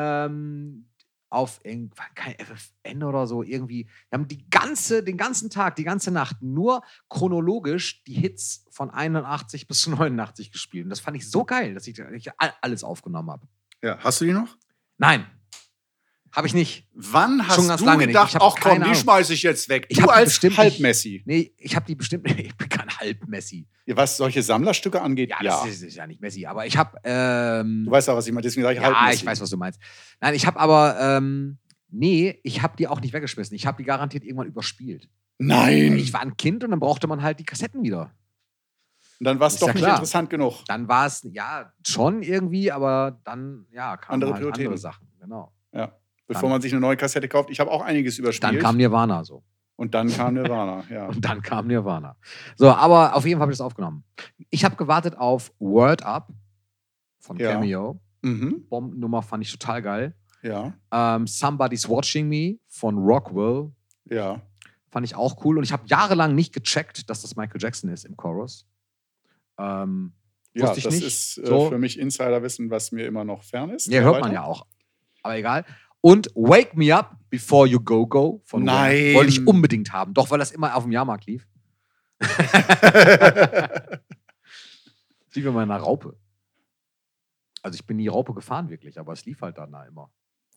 Speaker 1: ähm, auf irgendwann kein FFN oder so irgendwie, wir haben die ganze, den ganzen Tag, die ganze Nacht nur chronologisch die Hits von 81 bis 89 gespielt. Und das fand ich so geil, dass ich, ich all- alles aufgenommen habe.
Speaker 2: Ja. Hast du die noch?
Speaker 1: Nein, habe ich nicht.
Speaker 2: Wann hast
Speaker 1: Schon ganz
Speaker 2: du
Speaker 1: lange nicht.
Speaker 2: gedacht,
Speaker 1: Ich hab
Speaker 2: ach komm,
Speaker 1: keine
Speaker 2: die
Speaker 1: Ahnung.
Speaker 2: schmeiße ich jetzt weg?
Speaker 1: Ich
Speaker 2: du
Speaker 1: hab die
Speaker 2: als
Speaker 1: bestimmt nicht-
Speaker 2: Halbmessi.
Speaker 1: Nee, ich habe die bestimmt, *laughs* ich bin kein Halbmessi.
Speaker 2: Was solche Sammlerstücke angeht,
Speaker 1: Ja,
Speaker 2: ja.
Speaker 1: das ist, ist ja nicht Messi, aber ich habe. Ähm,
Speaker 2: Du weißt ja, was ich meine, deswegen sage ich halt
Speaker 1: Ja,
Speaker 2: Halbmessi.
Speaker 1: ich weiß, was du meinst. Nein, ich habe aber, ähm, nee, ich habe die auch nicht weggeschmissen. Ich habe die garantiert irgendwann überspielt.
Speaker 2: Nein!
Speaker 1: Ich war ein Kind und dann brauchte man halt die Kassetten wieder.
Speaker 2: Und dann war es
Speaker 1: Ist
Speaker 2: doch
Speaker 1: ja
Speaker 2: nicht
Speaker 1: klar.
Speaker 2: interessant genug.
Speaker 1: Dann war es, ja, schon irgendwie, aber dann, ja, kamen
Speaker 2: Andere
Speaker 1: halt andere
Speaker 2: Prioritäten.
Speaker 1: Sachen. Genau.
Speaker 2: Bevor
Speaker 1: Dann-
Speaker 2: man sich eine neue Kassette kauft. Ich habe auch einiges überspielt.
Speaker 1: Dann kam Nirvana so. *laughs*
Speaker 2: und dann kam Nirvana, ja.
Speaker 1: Und dann kam Nirvana. So, aber auf jeden Fall habe ich das aufgenommen. Ich habe gewartet auf Word Up von
Speaker 2: Ja.
Speaker 1: Cameo.
Speaker 2: Mhm,
Speaker 1: Bombennummer fand ich total geil.
Speaker 2: ja,
Speaker 1: Ähm, Somebody's Watching Me von Rockwell
Speaker 2: ja.
Speaker 1: Fand ich auch cool. Und ich habe jahrelang nicht gecheckt, dass das Michael Jackson ist im Chorus. Ähm,
Speaker 2: Ja,
Speaker 1: Wusste ich
Speaker 2: das
Speaker 1: nicht.
Speaker 2: ist äh,
Speaker 1: So.
Speaker 2: für mich Insiderwissen, was mir immer noch fern ist.
Speaker 1: ja, hört man ja auch. Aber egal. Und Wake Me Up Before You Go Go von Wham.
Speaker 2: Nein.
Speaker 1: Wollte ich unbedingt haben. Doch, weil das immer auf dem Jahrmarkt lief.
Speaker 2: *laughs* ja
Speaker 1: Lief immer in einer Raupe. Also ich bin nie Raupe gefahren wirklich, aber es lief halt dann da immer.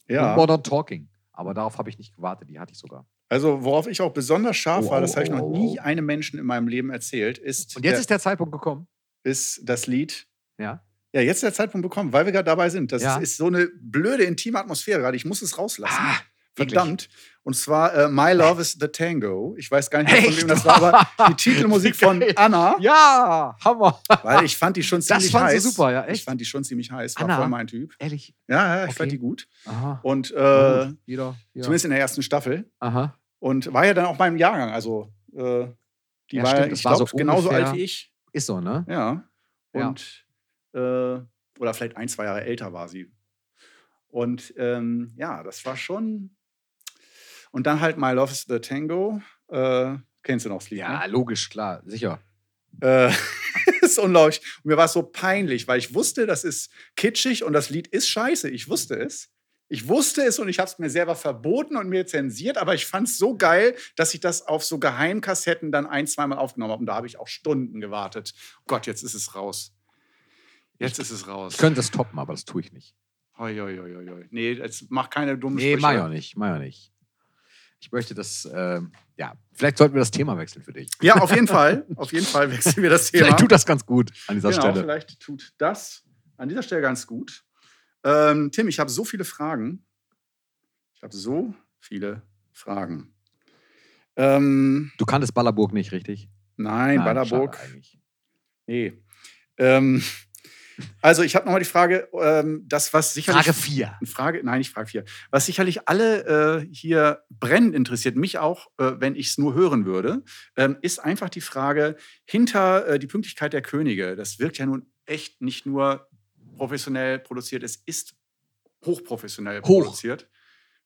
Speaker 1: Und
Speaker 2: ja.
Speaker 1: Modern Talking. Aber darauf habe ich nicht gewartet, die hatte ich sogar.
Speaker 2: Also, worauf ich auch besonders scharf
Speaker 1: Oh,
Speaker 2: war, das habe ich
Speaker 1: oh,
Speaker 2: noch
Speaker 1: oh,
Speaker 2: nie
Speaker 1: oh.
Speaker 2: einem Menschen in meinem Leben erzählt, ist,
Speaker 1: Und jetzt
Speaker 2: der-
Speaker 1: ist der Zeitpunkt gekommen.
Speaker 2: ist das Lied
Speaker 1: Ja.
Speaker 2: Ja, jetzt ist der Zeitpunkt gekommen, weil wir gerade dabei sind. Das
Speaker 1: Ja.
Speaker 2: ist so eine blöde, intime Atmosphäre gerade. Ich muss es rauslassen.
Speaker 1: Ah, Wirklich?
Speaker 2: Verdammt. Und zwar äh, My Love is the Tango. Ich weiß gar nicht, mehr, von
Speaker 1: Echt?
Speaker 2: wem das war,
Speaker 1: *laughs*
Speaker 2: aber die Titelmusik von
Speaker 1: Geil.
Speaker 2: Anna,
Speaker 1: Ja, Hammer.
Speaker 2: weil ich fand die schon
Speaker 1: Das
Speaker 2: ziemlich
Speaker 1: fand sie
Speaker 2: heiß.
Speaker 1: super, ja,
Speaker 2: Ich
Speaker 1: echt.
Speaker 2: fand die schon ziemlich heiß, war
Speaker 1: Anna?
Speaker 2: voll mein Typ.
Speaker 1: Ehrlich.
Speaker 2: Ja, ja, ich
Speaker 1: Okay.
Speaker 2: fand die gut.
Speaker 1: Aha.
Speaker 2: Und äh,
Speaker 1: Na gut, jeder, jeder.
Speaker 2: zumindest in der ersten Staffel.
Speaker 1: Aha.
Speaker 2: Und war ja dann auch meinem Jahrgang. Also, äh, die
Speaker 1: Ja,
Speaker 2: war,
Speaker 1: stimmt,
Speaker 2: ich
Speaker 1: das war so
Speaker 2: glaube, genauso
Speaker 1: ungefähr-
Speaker 2: alt wie ich.
Speaker 1: Ist so, ne?
Speaker 2: Ja.
Speaker 1: Ja.
Speaker 2: Und Äh, oder vielleicht ein, zwei Jahre älter war sie. Und ähm, ja, das war schon. Und dann halt My Love is the Tango. Äh, kennst du noch das Lied?
Speaker 1: Ja, logisch, klar, sicher.
Speaker 2: Ne? Äh, *laughs* ist unglaublich. Und mir war es so peinlich, weil ich wusste, das ist kitschig und das Lied ist scheiße. Ich wusste es. Ich wusste es und ich habe es mir selber verboten und mir zensiert, aber ich fand es so geil, dass ich das auf so Geheimkassetten dann ein, zweimal aufgenommen habe. Und da habe ich auch Stunden gewartet. Gott, jetzt ist es raus. Jetzt ist es raus.
Speaker 1: Ich könnte das toppen, aber das tue ich nicht.
Speaker 2: Hoi, hoi, hoi, hoi, hoi. Nee, jetzt mach keine dummen
Speaker 1: Nee,
Speaker 2: Sprüche.
Speaker 1: mach ich auch nicht, mach ich auch nicht. Ich möchte das, ähm, ja, vielleicht sollten wir das Thema wechseln für dich.
Speaker 2: Ja, auf jeden Fall. Auf jeden Fall wechseln
Speaker 1: *laughs*
Speaker 2: wir das Thema.
Speaker 1: Vielleicht tut das ganz gut an dieser
Speaker 2: genau,
Speaker 1: Stelle.
Speaker 2: Vielleicht tut das an dieser Stelle ganz gut. Ähm, Tim, ich habe so viele Fragen. Ich habe so viele Fragen. Ähm,
Speaker 1: Du kanntest Ballerburg nicht, richtig?
Speaker 2: nein,
Speaker 1: Nein,
Speaker 2: Baderburg.
Speaker 1: schade eigentlich.
Speaker 2: Nee. Ähm, also, ich habe nochmal die Frage, ähm, das, was sicherlich.
Speaker 1: Frage 4.
Speaker 2: Eine Frage, nein, nicht Frage 4. Was sicherlich alle äh, hier brennend interessiert, mich auch, äh, wenn ich es nur hören würde, ähm, ist einfach die Frage hinter äh, die Pünktlichkeit der Könige. Das wirkt ja nun echt nicht nur professionell produziert, es ist hochprofessionell
Speaker 1: Hoch.
Speaker 2: produziert.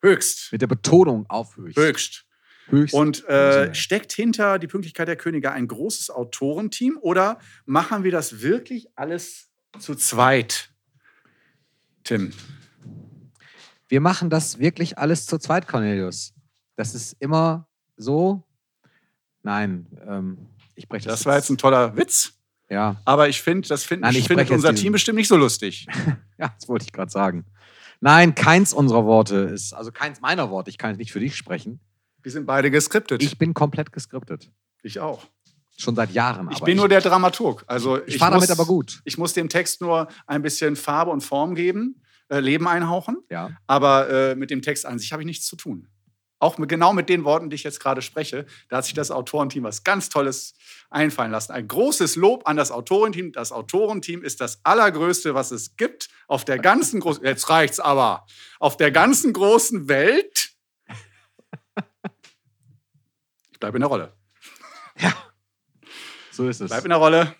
Speaker 2: Höchst.
Speaker 1: Mit der Betonung auf höchst.
Speaker 2: Höchst.
Speaker 1: höchst.
Speaker 2: Und äh,
Speaker 1: Professionell.
Speaker 2: steckt hinter die Pünktlichkeit der Könige ein großes Autorenteam oder machen wir das wirklich alles zu zweit? Tim.
Speaker 1: wir machen das wirklich alles zu zweit, Cornelius. Das ist immer so. Nein, ähm, ich breche das.
Speaker 2: Das war jetzt ein toller Witz.
Speaker 1: Ja,
Speaker 2: Aber ich finde, das find,
Speaker 1: Nein, ich
Speaker 2: findet
Speaker 1: spreche jetzt
Speaker 2: unser
Speaker 1: diesen-
Speaker 2: Team bestimmt nicht so lustig.
Speaker 1: *laughs* ja, das wollte ich gerade sagen. Nein, keins unserer Worte ist, also keins meiner Worte, ich kann jetzt nicht für dich sprechen.
Speaker 2: Wir sind beide geskriptet.
Speaker 1: Ich bin komplett geskriptet.
Speaker 2: Ich auch.
Speaker 1: Schon seit Jahren.
Speaker 2: Ich
Speaker 1: aber
Speaker 2: bin nur der Dramaturg. Also
Speaker 1: Ich, ich fahre damit
Speaker 2: muss-
Speaker 1: aber gut.
Speaker 2: Ich muss dem Text nur ein bisschen Farbe und Form geben, äh, Leben einhauchen.
Speaker 1: Ja.
Speaker 2: Aber äh, mit dem Text an sich habe ich nichts zu tun. Auch mit, genau mit den Worten, die ich jetzt gerade spreche, da hat sich das Autorenteam was ganz Tolles einfallen lassen. Ein großes Lob an das Autorenteam. Das Autorenteam ist das allergrößte, was es gibt auf der ganzen großen. Jetzt reicht's aber. Auf der ganzen großen Welt. Ich bleibe in der Rolle.
Speaker 1: So ist es.
Speaker 2: Bleib in der Rolle.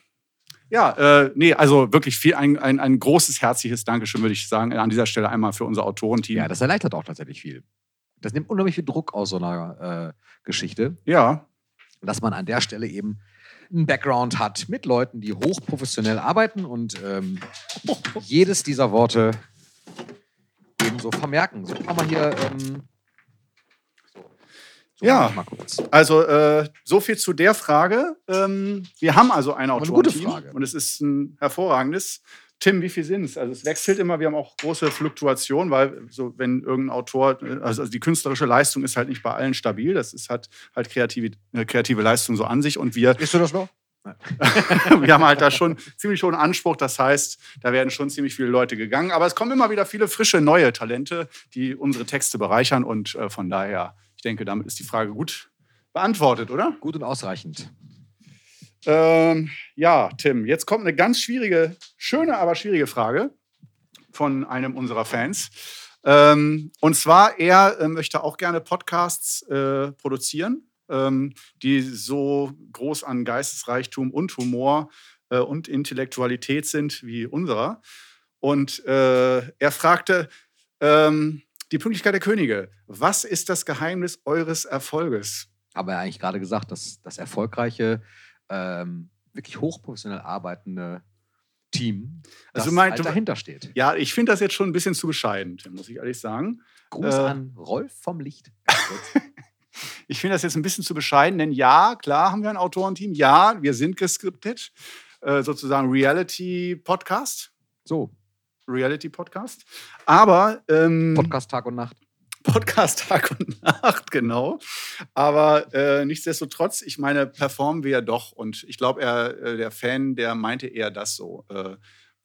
Speaker 2: Ja, äh, nee, also wirklich viel, ein, ein, ein großes herzliches Dankeschön, würde ich sagen, an dieser Stelle einmal für unser Autorenteam.
Speaker 1: Ja, das erleichtert auch tatsächlich viel. Das nimmt unheimlich viel Druck aus so einer äh, Geschichte,
Speaker 2: ja,
Speaker 1: dass man an der Stelle eben einen Background hat mit Leuten, die hochprofessionell arbeiten und
Speaker 2: *laughs*
Speaker 1: ähm, jedes dieser Worte eben so vermerken. So kann man hier. Ähm, so. So
Speaker 2: Ja.
Speaker 1: mach ich Mal kurz.
Speaker 2: also äh, so viel zu der Frage. Ähm, wir haben also ein
Speaker 1: eine gute
Speaker 2: Autorenteam
Speaker 1: Frage.
Speaker 2: und es ist ein hervorragendes. Tim, wie viel sind es? Also es wechselt immer, wir haben auch große Fluktuation, weil so wenn irgendein Autor, äh, also also die künstlerische Leistung ist halt nicht bei allen stabil, das ist, hat halt kreative, äh, kreative Leistung so an sich und wir *laughs*
Speaker 1: Bist du das noch?
Speaker 2: wir haben halt da schon ziemlich hohen Anspruch. Das heißt, da werden schon ziemlich viele Leute gegangen. Aber es kommen immer wieder viele frische, neue Talente, die unsere Texte bereichern. Und äh, von daher, ich denke, damit ist die Frage gut beantwortet, oder?
Speaker 1: Gut und ausreichend.
Speaker 2: Ähm, ja, Tim, jetzt kommt eine ganz schwierige, schöne, aber schwierige Frage von einem unserer Fans. Ähm, und zwar, er äh, möchte auch gerne Podcasts äh, produzieren, ähm, die so groß an Geistesreichtum und Humor äh, und Intellektualität sind wie unserer. Und äh, er fragte, ähm, die Pünktlichkeit der Könige, was ist das Geheimnis eures Erfolges?
Speaker 1: Haben wir ja eigentlich gerade gesagt, dass das erfolgreiche, ähm, wirklich hochprofessionell arbeitende Team, das
Speaker 2: Also mein-
Speaker 1: halt dahinter steht.
Speaker 2: Ja, ich finde das jetzt schon ein bisschen zu bescheiden, Tim, muss ich ehrlich sagen.
Speaker 1: Gruß
Speaker 2: Äh,
Speaker 1: an Rolf vom Licht.
Speaker 2: Ich finde das jetzt ein bisschen zu bescheiden, denn ja, klar haben wir ein Autorenteam, ja, wir sind geskriptet, äh, sozusagen Reality-Podcast,
Speaker 1: So,
Speaker 2: Reality-Podcast, aber ähm,
Speaker 1: Podcast Tag und Nacht.
Speaker 2: Podcast Tag und Nacht, genau. Aber äh, nichtsdestotrotz, ich meine, performen wir ja doch und ich glaube, er, äh, der Fan, der meinte eher das so. Äh,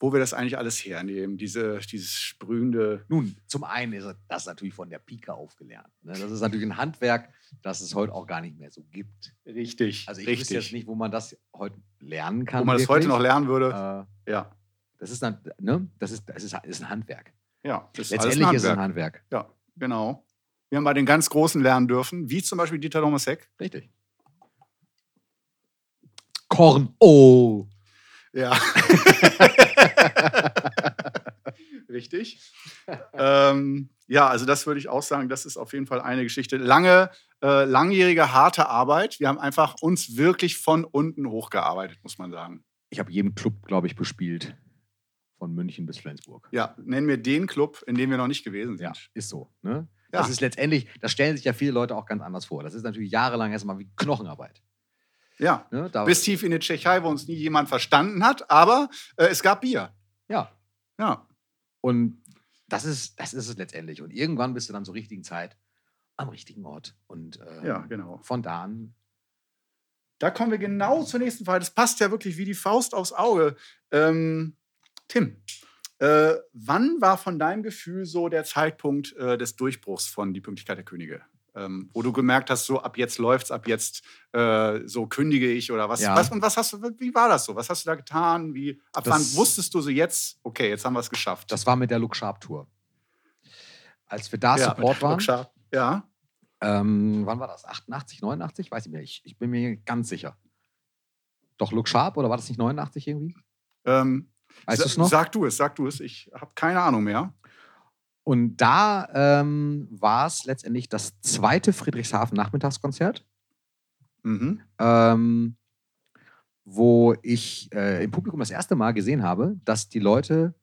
Speaker 2: wo wir das eigentlich alles hernehmen, diese, dieses sprühende.
Speaker 1: Nun, zum einen ist das natürlich von der Pike aufgelernt. Ne? Das ist natürlich ein Handwerk, das es heute auch gar nicht mehr so gibt.
Speaker 2: Richtig.
Speaker 1: Also ich
Speaker 2: richtig.
Speaker 1: wüsste jetzt nicht, wo man das heute lernen kann.
Speaker 2: wo man das heute noch
Speaker 1: wirklich.
Speaker 2: lernen würde.
Speaker 1: Äh,
Speaker 2: ja.
Speaker 1: das ist, dann, ne? das ist, das ist, ist ein Handwerk.
Speaker 2: Ja, das ist alles
Speaker 1: Letztendlich ist es ein
Speaker 2: Handwerk.
Speaker 1: Handwerk.
Speaker 2: Ja, genau. Wir haben bei den ganz Großen lernen dürfen, wie zum Beispiel Dieter Domasek.
Speaker 1: Richtig. Korn. Oh.
Speaker 2: Ja. *laughs* Richtig. ähm, ja, also das würde ich auch sagen, das ist auf jeden Fall eine Geschichte. Lange, äh, langjährige, harte Arbeit. Wir haben einfach uns wirklich von unten hochgearbeitet, muss man sagen.
Speaker 1: Ich habe jeden Club, glaube ich, bespielt. Von München bis Flensburg.
Speaker 2: Ja, nennen wir den Club, in dem wir noch nicht gewesen sind.
Speaker 1: Ja, ist so. Ne?
Speaker 2: Ja.
Speaker 1: Das ist letztendlich, das stellen sich ja viele Leute auch ganz anders vor. Das ist natürlich jahrelang erstmal wie Knochenarbeit.
Speaker 2: Ja.
Speaker 1: Ne? Da,
Speaker 2: Bis tief in die Tschechei, wo uns nie jemand verstanden hat, aber äh, es gab Bier.
Speaker 1: ja.
Speaker 2: Ja.
Speaker 1: Und das ist, das ist es letztendlich. Und irgendwann bist du dann zur richtigen Zeit am richtigen Ort. Und ähm,
Speaker 2: Ja, genau.
Speaker 1: von da an,
Speaker 2: Da kommen wir genau zur nächsten Frage. Das passt ja wirklich wie die Faust aufs Auge. Ähm, Tim, äh, wann war von deinem Gefühl so der Zeitpunkt äh, des Durchbruchs von Die Pünktlichkeit der Könige? Ähm, wo du gemerkt hast, so ab jetzt läuft's, ab jetzt äh, so kündige ich oder was,
Speaker 1: Ja.
Speaker 2: was? Und was hast du, wie war das so? Was hast du da getan? Wie, ab
Speaker 1: Das-
Speaker 2: wann wusstest du so jetzt, okay, jetzt haben wir es geschafft?
Speaker 1: das war mit der Look Sharp Tour. Als wir da
Speaker 2: Ja,
Speaker 1: Support waren,
Speaker 2: Workshop. Ja,
Speaker 1: ähm, wann war das? 88, 89? Weiß ich nicht mehr. Ich, ich bin mir ganz sicher. Doch Look Sharp oder war das nicht 89 irgendwie?
Speaker 2: ähm,
Speaker 1: Weißt
Speaker 2: sa-
Speaker 1: du es noch?
Speaker 2: Sag du es, sag du es. Ich habe keine Ahnung mehr.
Speaker 1: Und da ähm, war es letztendlich das zweite Friedrichshafen-Nachmittagskonzert.
Speaker 2: Mhm.
Speaker 1: ähm, wo ich äh, im Publikum das erste Mal gesehen habe, dass die Leute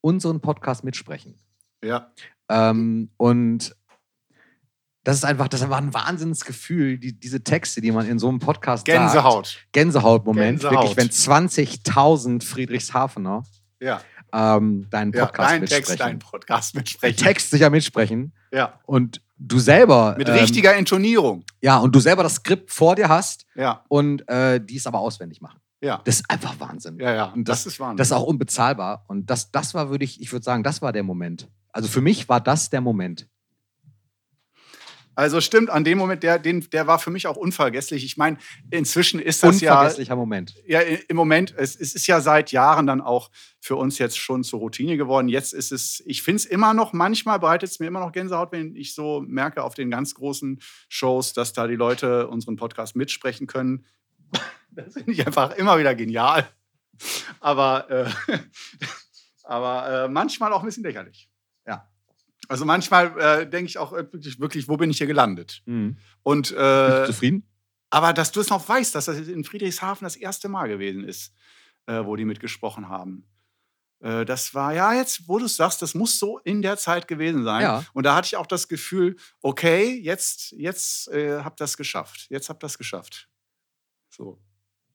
Speaker 1: unseren Podcast mitsprechen.
Speaker 2: Ja,
Speaker 1: Ähm, und das ist einfach, das war ein Wahnsinnsgefühl, die, diese Texte, die man in so einem Podcast sagt.
Speaker 2: Gänsehaut.
Speaker 1: Gänsehaut-Moment, wirklich,
Speaker 2: Gänsehaut.
Speaker 1: wenn 20.000 Friedrichshafener
Speaker 2: Ja,
Speaker 1: ähm, deinen
Speaker 2: ja.
Speaker 1: Podcast
Speaker 2: dein
Speaker 1: mitsprechen.
Speaker 2: Text, dein Podcast
Speaker 1: Dein
Speaker 2: mitsprechen.
Speaker 1: Text sicher mitsprechen
Speaker 2: Ja,
Speaker 1: und du selber
Speaker 2: mit
Speaker 1: ähm,
Speaker 2: richtiger Intonierung.
Speaker 1: ja und du selber das Skript vor dir hast
Speaker 2: Ja,
Speaker 1: und äh, die es aber auswendig machen.
Speaker 2: ja,
Speaker 1: Das ist einfach Wahnsinn.
Speaker 2: ja, ja.
Speaker 1: Und
Speaker 2: Das, ist Wahnsinn.
Speaker 1: Das ist auch unbezahlbar. Und das, das war, würde ich, ich würde sagen, das war der Moment. Also für mich war das der Moment.
Speaker 2: also stimmt, an dem Moment, der, den, der war für mich auch unvergesslich. Ich meine, inzwischen ist das ja,
Speaker 1: Unvergesslicher Moment.
Speaker 2: ja i- im Moment, es, es ist ja seit Jahren dann auch für uns jetzt schon zur Routine geworden. Jetzt ist es, ich finde es immer noch, manchmal bereitet es mir immer noch Gänsehaut, wenn ich so merke auf den ganz großen Shows, dass da die Leute unseren Podcast mitsprechen können. *laughs* Das finde ich einfach immer wieder genial. Aber, äh, *laughs* aber äh, manchmal auch ein bisschen lächerlich.
Speaker 1: Ja.
Speaker 2: Also manchmal äh, denke ich auch äh, wirklich, wirklich, wo bin ich hier gelandet?
Speaker 1: Mhm.
Speaker 2: Und äh,
Speaker 1: zufrieden?
Speaker 2: aber dass du es noch weißt, dass das in Friedrichshafen das erste Mal gewesen ist, äh, wo die mitgesprochen haben. Äh, das war, ja, jetzt, wo du es sagst, das muss so in der Zeit gewesen sein.
Speaker 1: Ja.
Speaker 2: Und da hatte ich auch das Gefühl, okay, jetzt, jetzt äh, hab das geschafft. Jetzt hab das geschafft. So.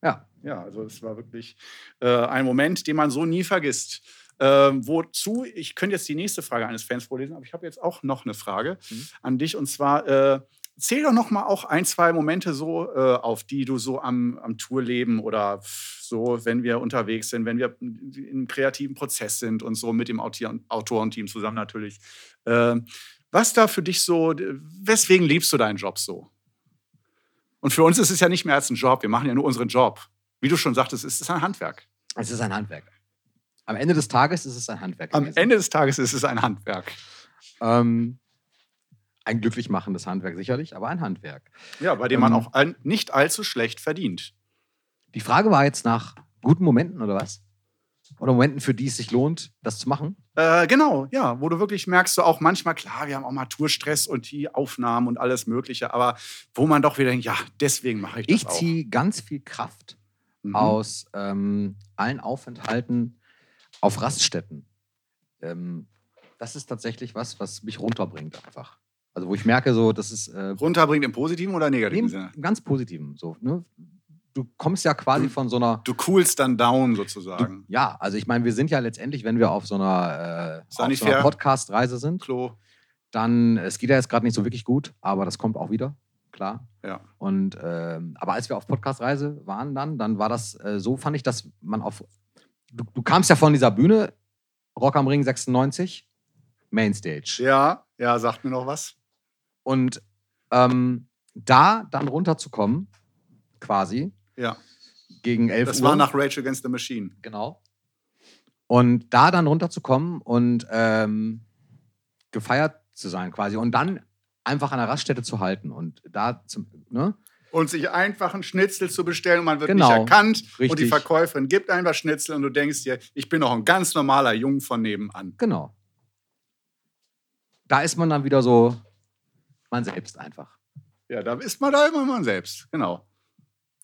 Speaker 1: Ja.
Speaker 2: Ja, also es war wirklich äh, ein Moment, den man so nie vergisst. Ähm, wozu, ich könnte jetzt die nächste Frage eines Fans vorlesen, aber ich habe jetzt auch noch eine Frage
Speaker 1: Mhm.
Speaker 2: an dich. Und zwar, äh, zähl doch noch mal auch ein, zwei Momente so, äh, auf die du so am, am Tourleben oder so, wenn wir unterwegs sind, wenn wir im kreativen Prozess sind und so mit dem Auti- Autorenteam zusammen natürlich. Äh, was da für dich so, weswegen liebst du deinen Job so? Und für uns ist es ja nicht mehr als ein Job, wir machen ja nur unseren Job. Wie du schon sagtest, es ist ein Handwerk.
Speaker 1: Es ist ein Handwerk. Am Ende des Tages ist es ein Handwerk.
Speaker 2: Am
Speaker 1: gewesen.
Speaker 2: Ende des Tages ist es ein Handwerk.
Speaker 1: Ähm, ein glücklich machendes Handwerk sicherlich, aber ein Handwerk.
Speaker 2: Ja, bei dem man
Speaker 1: Ähm.
Speaker 2: auch all, nicht allzu schlecht verdient.
Speaker 1: Die Frage war jetzt nach guten Momenten oder was? Oder Momenten, für die es sich lohnt, das zu machen?
Speaker 2: Äh, genau, ja, wo du wirklich merkst, so auch manchmal, klar, wir haben auch mal Tourstress und die Aufnahmen und alles Mögliche, aber wo man doch wieder denkt, ja, deswegen mache ich das
Speaker 1: Ich
Speaker 2: auch.
Speaker 1: ziehe ganz viel Kraft
Speaker 2: mhm.
Speaker 1: aus ähm, allen Aufenthalten auf Raststätten. Ähm, das ist tatsächlich was, was mich runterbringt einfach. Also wo ich merke, so, das ist äh,
Speaker 2: Runterbringt im positiven oder negativen
Speaker 1: neben,
Speaker 2: Sinne?
Speaker 1: ganz positiven. So, ne? Du kommst ja
Speaker 2: Mhm.
Speaker 1: quasi von so einer.
Speaker 2: Du coolst dann down
Speaker 1: Du,
Speaker 2: sozusagen.
Speaker 1: ja, also ich meine, wir sind ja letztendlich, wenn wir auf so einer, äh, auf so
Speaker 2: Sanitär.
Speaker 1: einer Podcast-Reise sind,
Speaker 2: Klo.
Speaker 1: dann, es geht ja jetzt gerade nicht so wirklich gut, aber das kommt auch wieder, klar.
Speaker 2: Ja.
Speaker 1: Und ähm, aber als wir auf Podcast-Reise waren dann, dann war das äh, so, fand ich, dass man auf du, du kamst ja von dieser Bühne, Rock am Ring 96, Mainstage.
Speaker 2: Ja, ja, sagt mir noch was.
Speaker 1: Und ähm, da dann runterzukommen, quasi,
Speaker 2: Ja,
Speaker 1: gegen 11
Speaker 2: das
Speaker 1: Uhr.
Speaker 2: war nach Rage Against the Machine.
Speaker 1: Genau. Und da dann runterzukommen und ähm, gefeiert zu sein quasi und dann einfach an der Raststätte zu halten und da zum, ne?
Speaker 2: Und sich einfach einen Schnitzel zu bestellen und man wird
Speaker 1: Genau,
Speaker 2: nicht erkannt. Und die
Speaker 1: richtig.
Speaker 2: Verkäuferin gibt einem das Schnitzel und du denkst dir, ich bin doch ein ganz normaler Jung von nebenan.
Speaker 1: Genau. Da ist man dann wieder so man selbst einfach.
Speaker 2: Ja, da ist man da immer man selbst. Genau.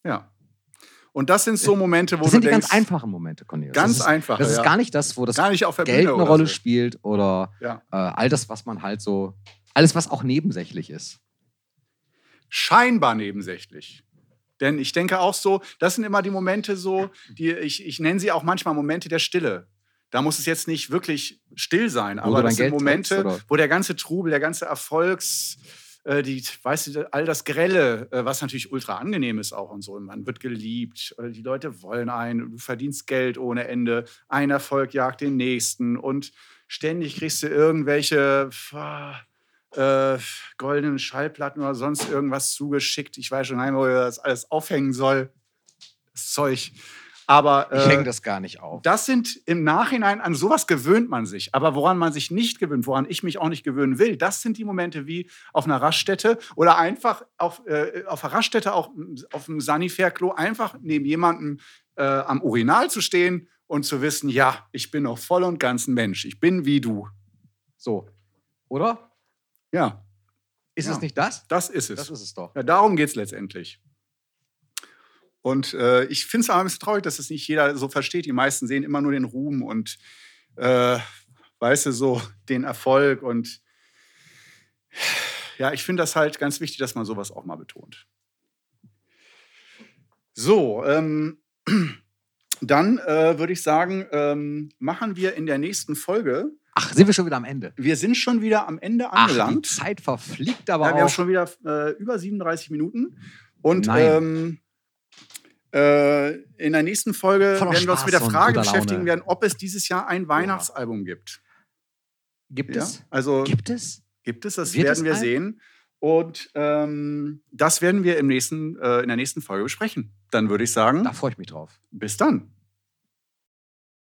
Speaker 2: Ja. Und das sind so Momente, wo
Speaker 1: Das sind
Speaker 2: du
Speaker 1: die
Speaker 2: denkst,
Speaker 1: ganz einfachen Momente, Cornelius.
Speaker 2: ganz
Speaker 1: das ist,
Speaker 2: einfach.
Speaker 1: Das ist
Speaker 2: ja.
Speaker 1: gar nicht das, wo das
Speaker 2: Gar nicht auf der
Speaker 1: Geld
Speaker 2: Bühne
Speaker 1: eine
Speaker 2: oder
Speaker 1: Rolle
Speaker 2: so.
Speaker 1: spielt oder
Speaker 2: Ja.
Speaker 1: äh, all das, was man halt so, alles, was auch nebensächlich ist.
Speaker 2: scheinbar nebensächlich. Denn ich denke auch so, das sind immer die Momente so, die ich, ich nenne sie auch manchmal Momente der Stille. Da muss es jetzt nicht wirklich still sein,
Speaker 1: Wo
Speaker 2: aber
Speaker 1: du
Speaker 2: das
Speaker 1: dein
Speaker 2: sind
Speaker 1: Geld
Speaker 2: Momente,
Speaker 1: trinkst, oder?
Speaker 2: wo der ganze Trubel, der ganze Erfolgs, äh, die, weißt du, all das Grelle, äh, was natürlich ultra angenehm ist auch und so. Und man wird geliebt, äh, die Leute wollen einen, du verdienst Geld ohne Ende, ein Erfolg jagt den nächsten und ständig kriegst du irgendwelche pff, äh, goldenen Schallplatten oder sonst irgendwas zugeschickt. Ich weiß schon gar nicht, mehr, wo ich das alles aufhängen soll. Das Zeug. Aber
Speaker 1: Ich hänge
Speaker 2: äh,
Speaker 1: das gar nicht auf.
Speaker 2: das sind im Nachhinein, an sowas gewöhnt man sich. Aber woran man sich nicht gewöhnt, woran ich mich auch nicht gewöhnen will, das sind die Momente wie auf einer Raststätte oder einfach auf, äh, auf einer Raststätte, auch m- auf dem Sanifair-Klo, einfach neben jemandem äh, am Urinal zu stehen und zu wissen, ja, ich bin noch voll und ganz ein Mensch. Ich bin wie du.
Speaker 1: So. Oder?
Speaker 2: Ja,
Speaker 1: Ist
Speaker 2: Ja.
Speaker 1: es nicht das?
Speaker 2: das ist es.
Speaker 1: Das ist es doch.
Speaker 2: Ja, darum geht es letztendlich. Und äh, ich finde es aber ein bisschen traurig, dass es nicht jeder so versteht. Die meisten sehen immer nur den Ruhm und, äh, weißt du, so den Erfolg. Und ja, ich finde das halt ganz wichtig, dass man sowas auch mal betont. So, ähm, *clears throat* dann äh, würde ich sagen, ähm, machen wir in der nächsten Folge.
Speaker 1: Ach, sind wir schon wieder am Ende?
Speaker 2: Wir sind schon wieder am Ende
Speaker 1: Ach, die
Speaker 2: angelangt.
Speaker 1: Zeit verfliegt aber
Speaker 2: Ja, wir haben
Speaker 1: auch.
Speaker 2: schon wieder äh, über 37 Minuten. Und ähm,
Speaker 1: Nein.
Speaker 2: äh, in der nächsten Folge
Speaker 1: Voller
Speaker 2: werden wir uns
Speaker 1: Spaß
Speaker 2: mit der
Speaker 1: und
Speaker 2: Frage
Speaker 1: guter Laune.
Speaker 2: beschäftigen werden, ob es dieses Jahr ein Weihnachtsalbum gibt.
Speaker 1: gibt
Speaker 2: Ja?
Speaker 1: es?
Speaker 2: Also gibt,
Speaker 1: Gibt es?
Speaker 2: es, das
Speaker 1: wird
Speaker 2: werden
Speaker 1: es
Speaker 2: wir
Speaker 1: ein-
Speaker 2: sehen. Und ähm, das werden wir im nächsten, äh, in der nächsten Folge besprechen. Dann würde ich sagen,
Speaker 1: Da freue ich mich drauf.
Speaker 2: bis dann.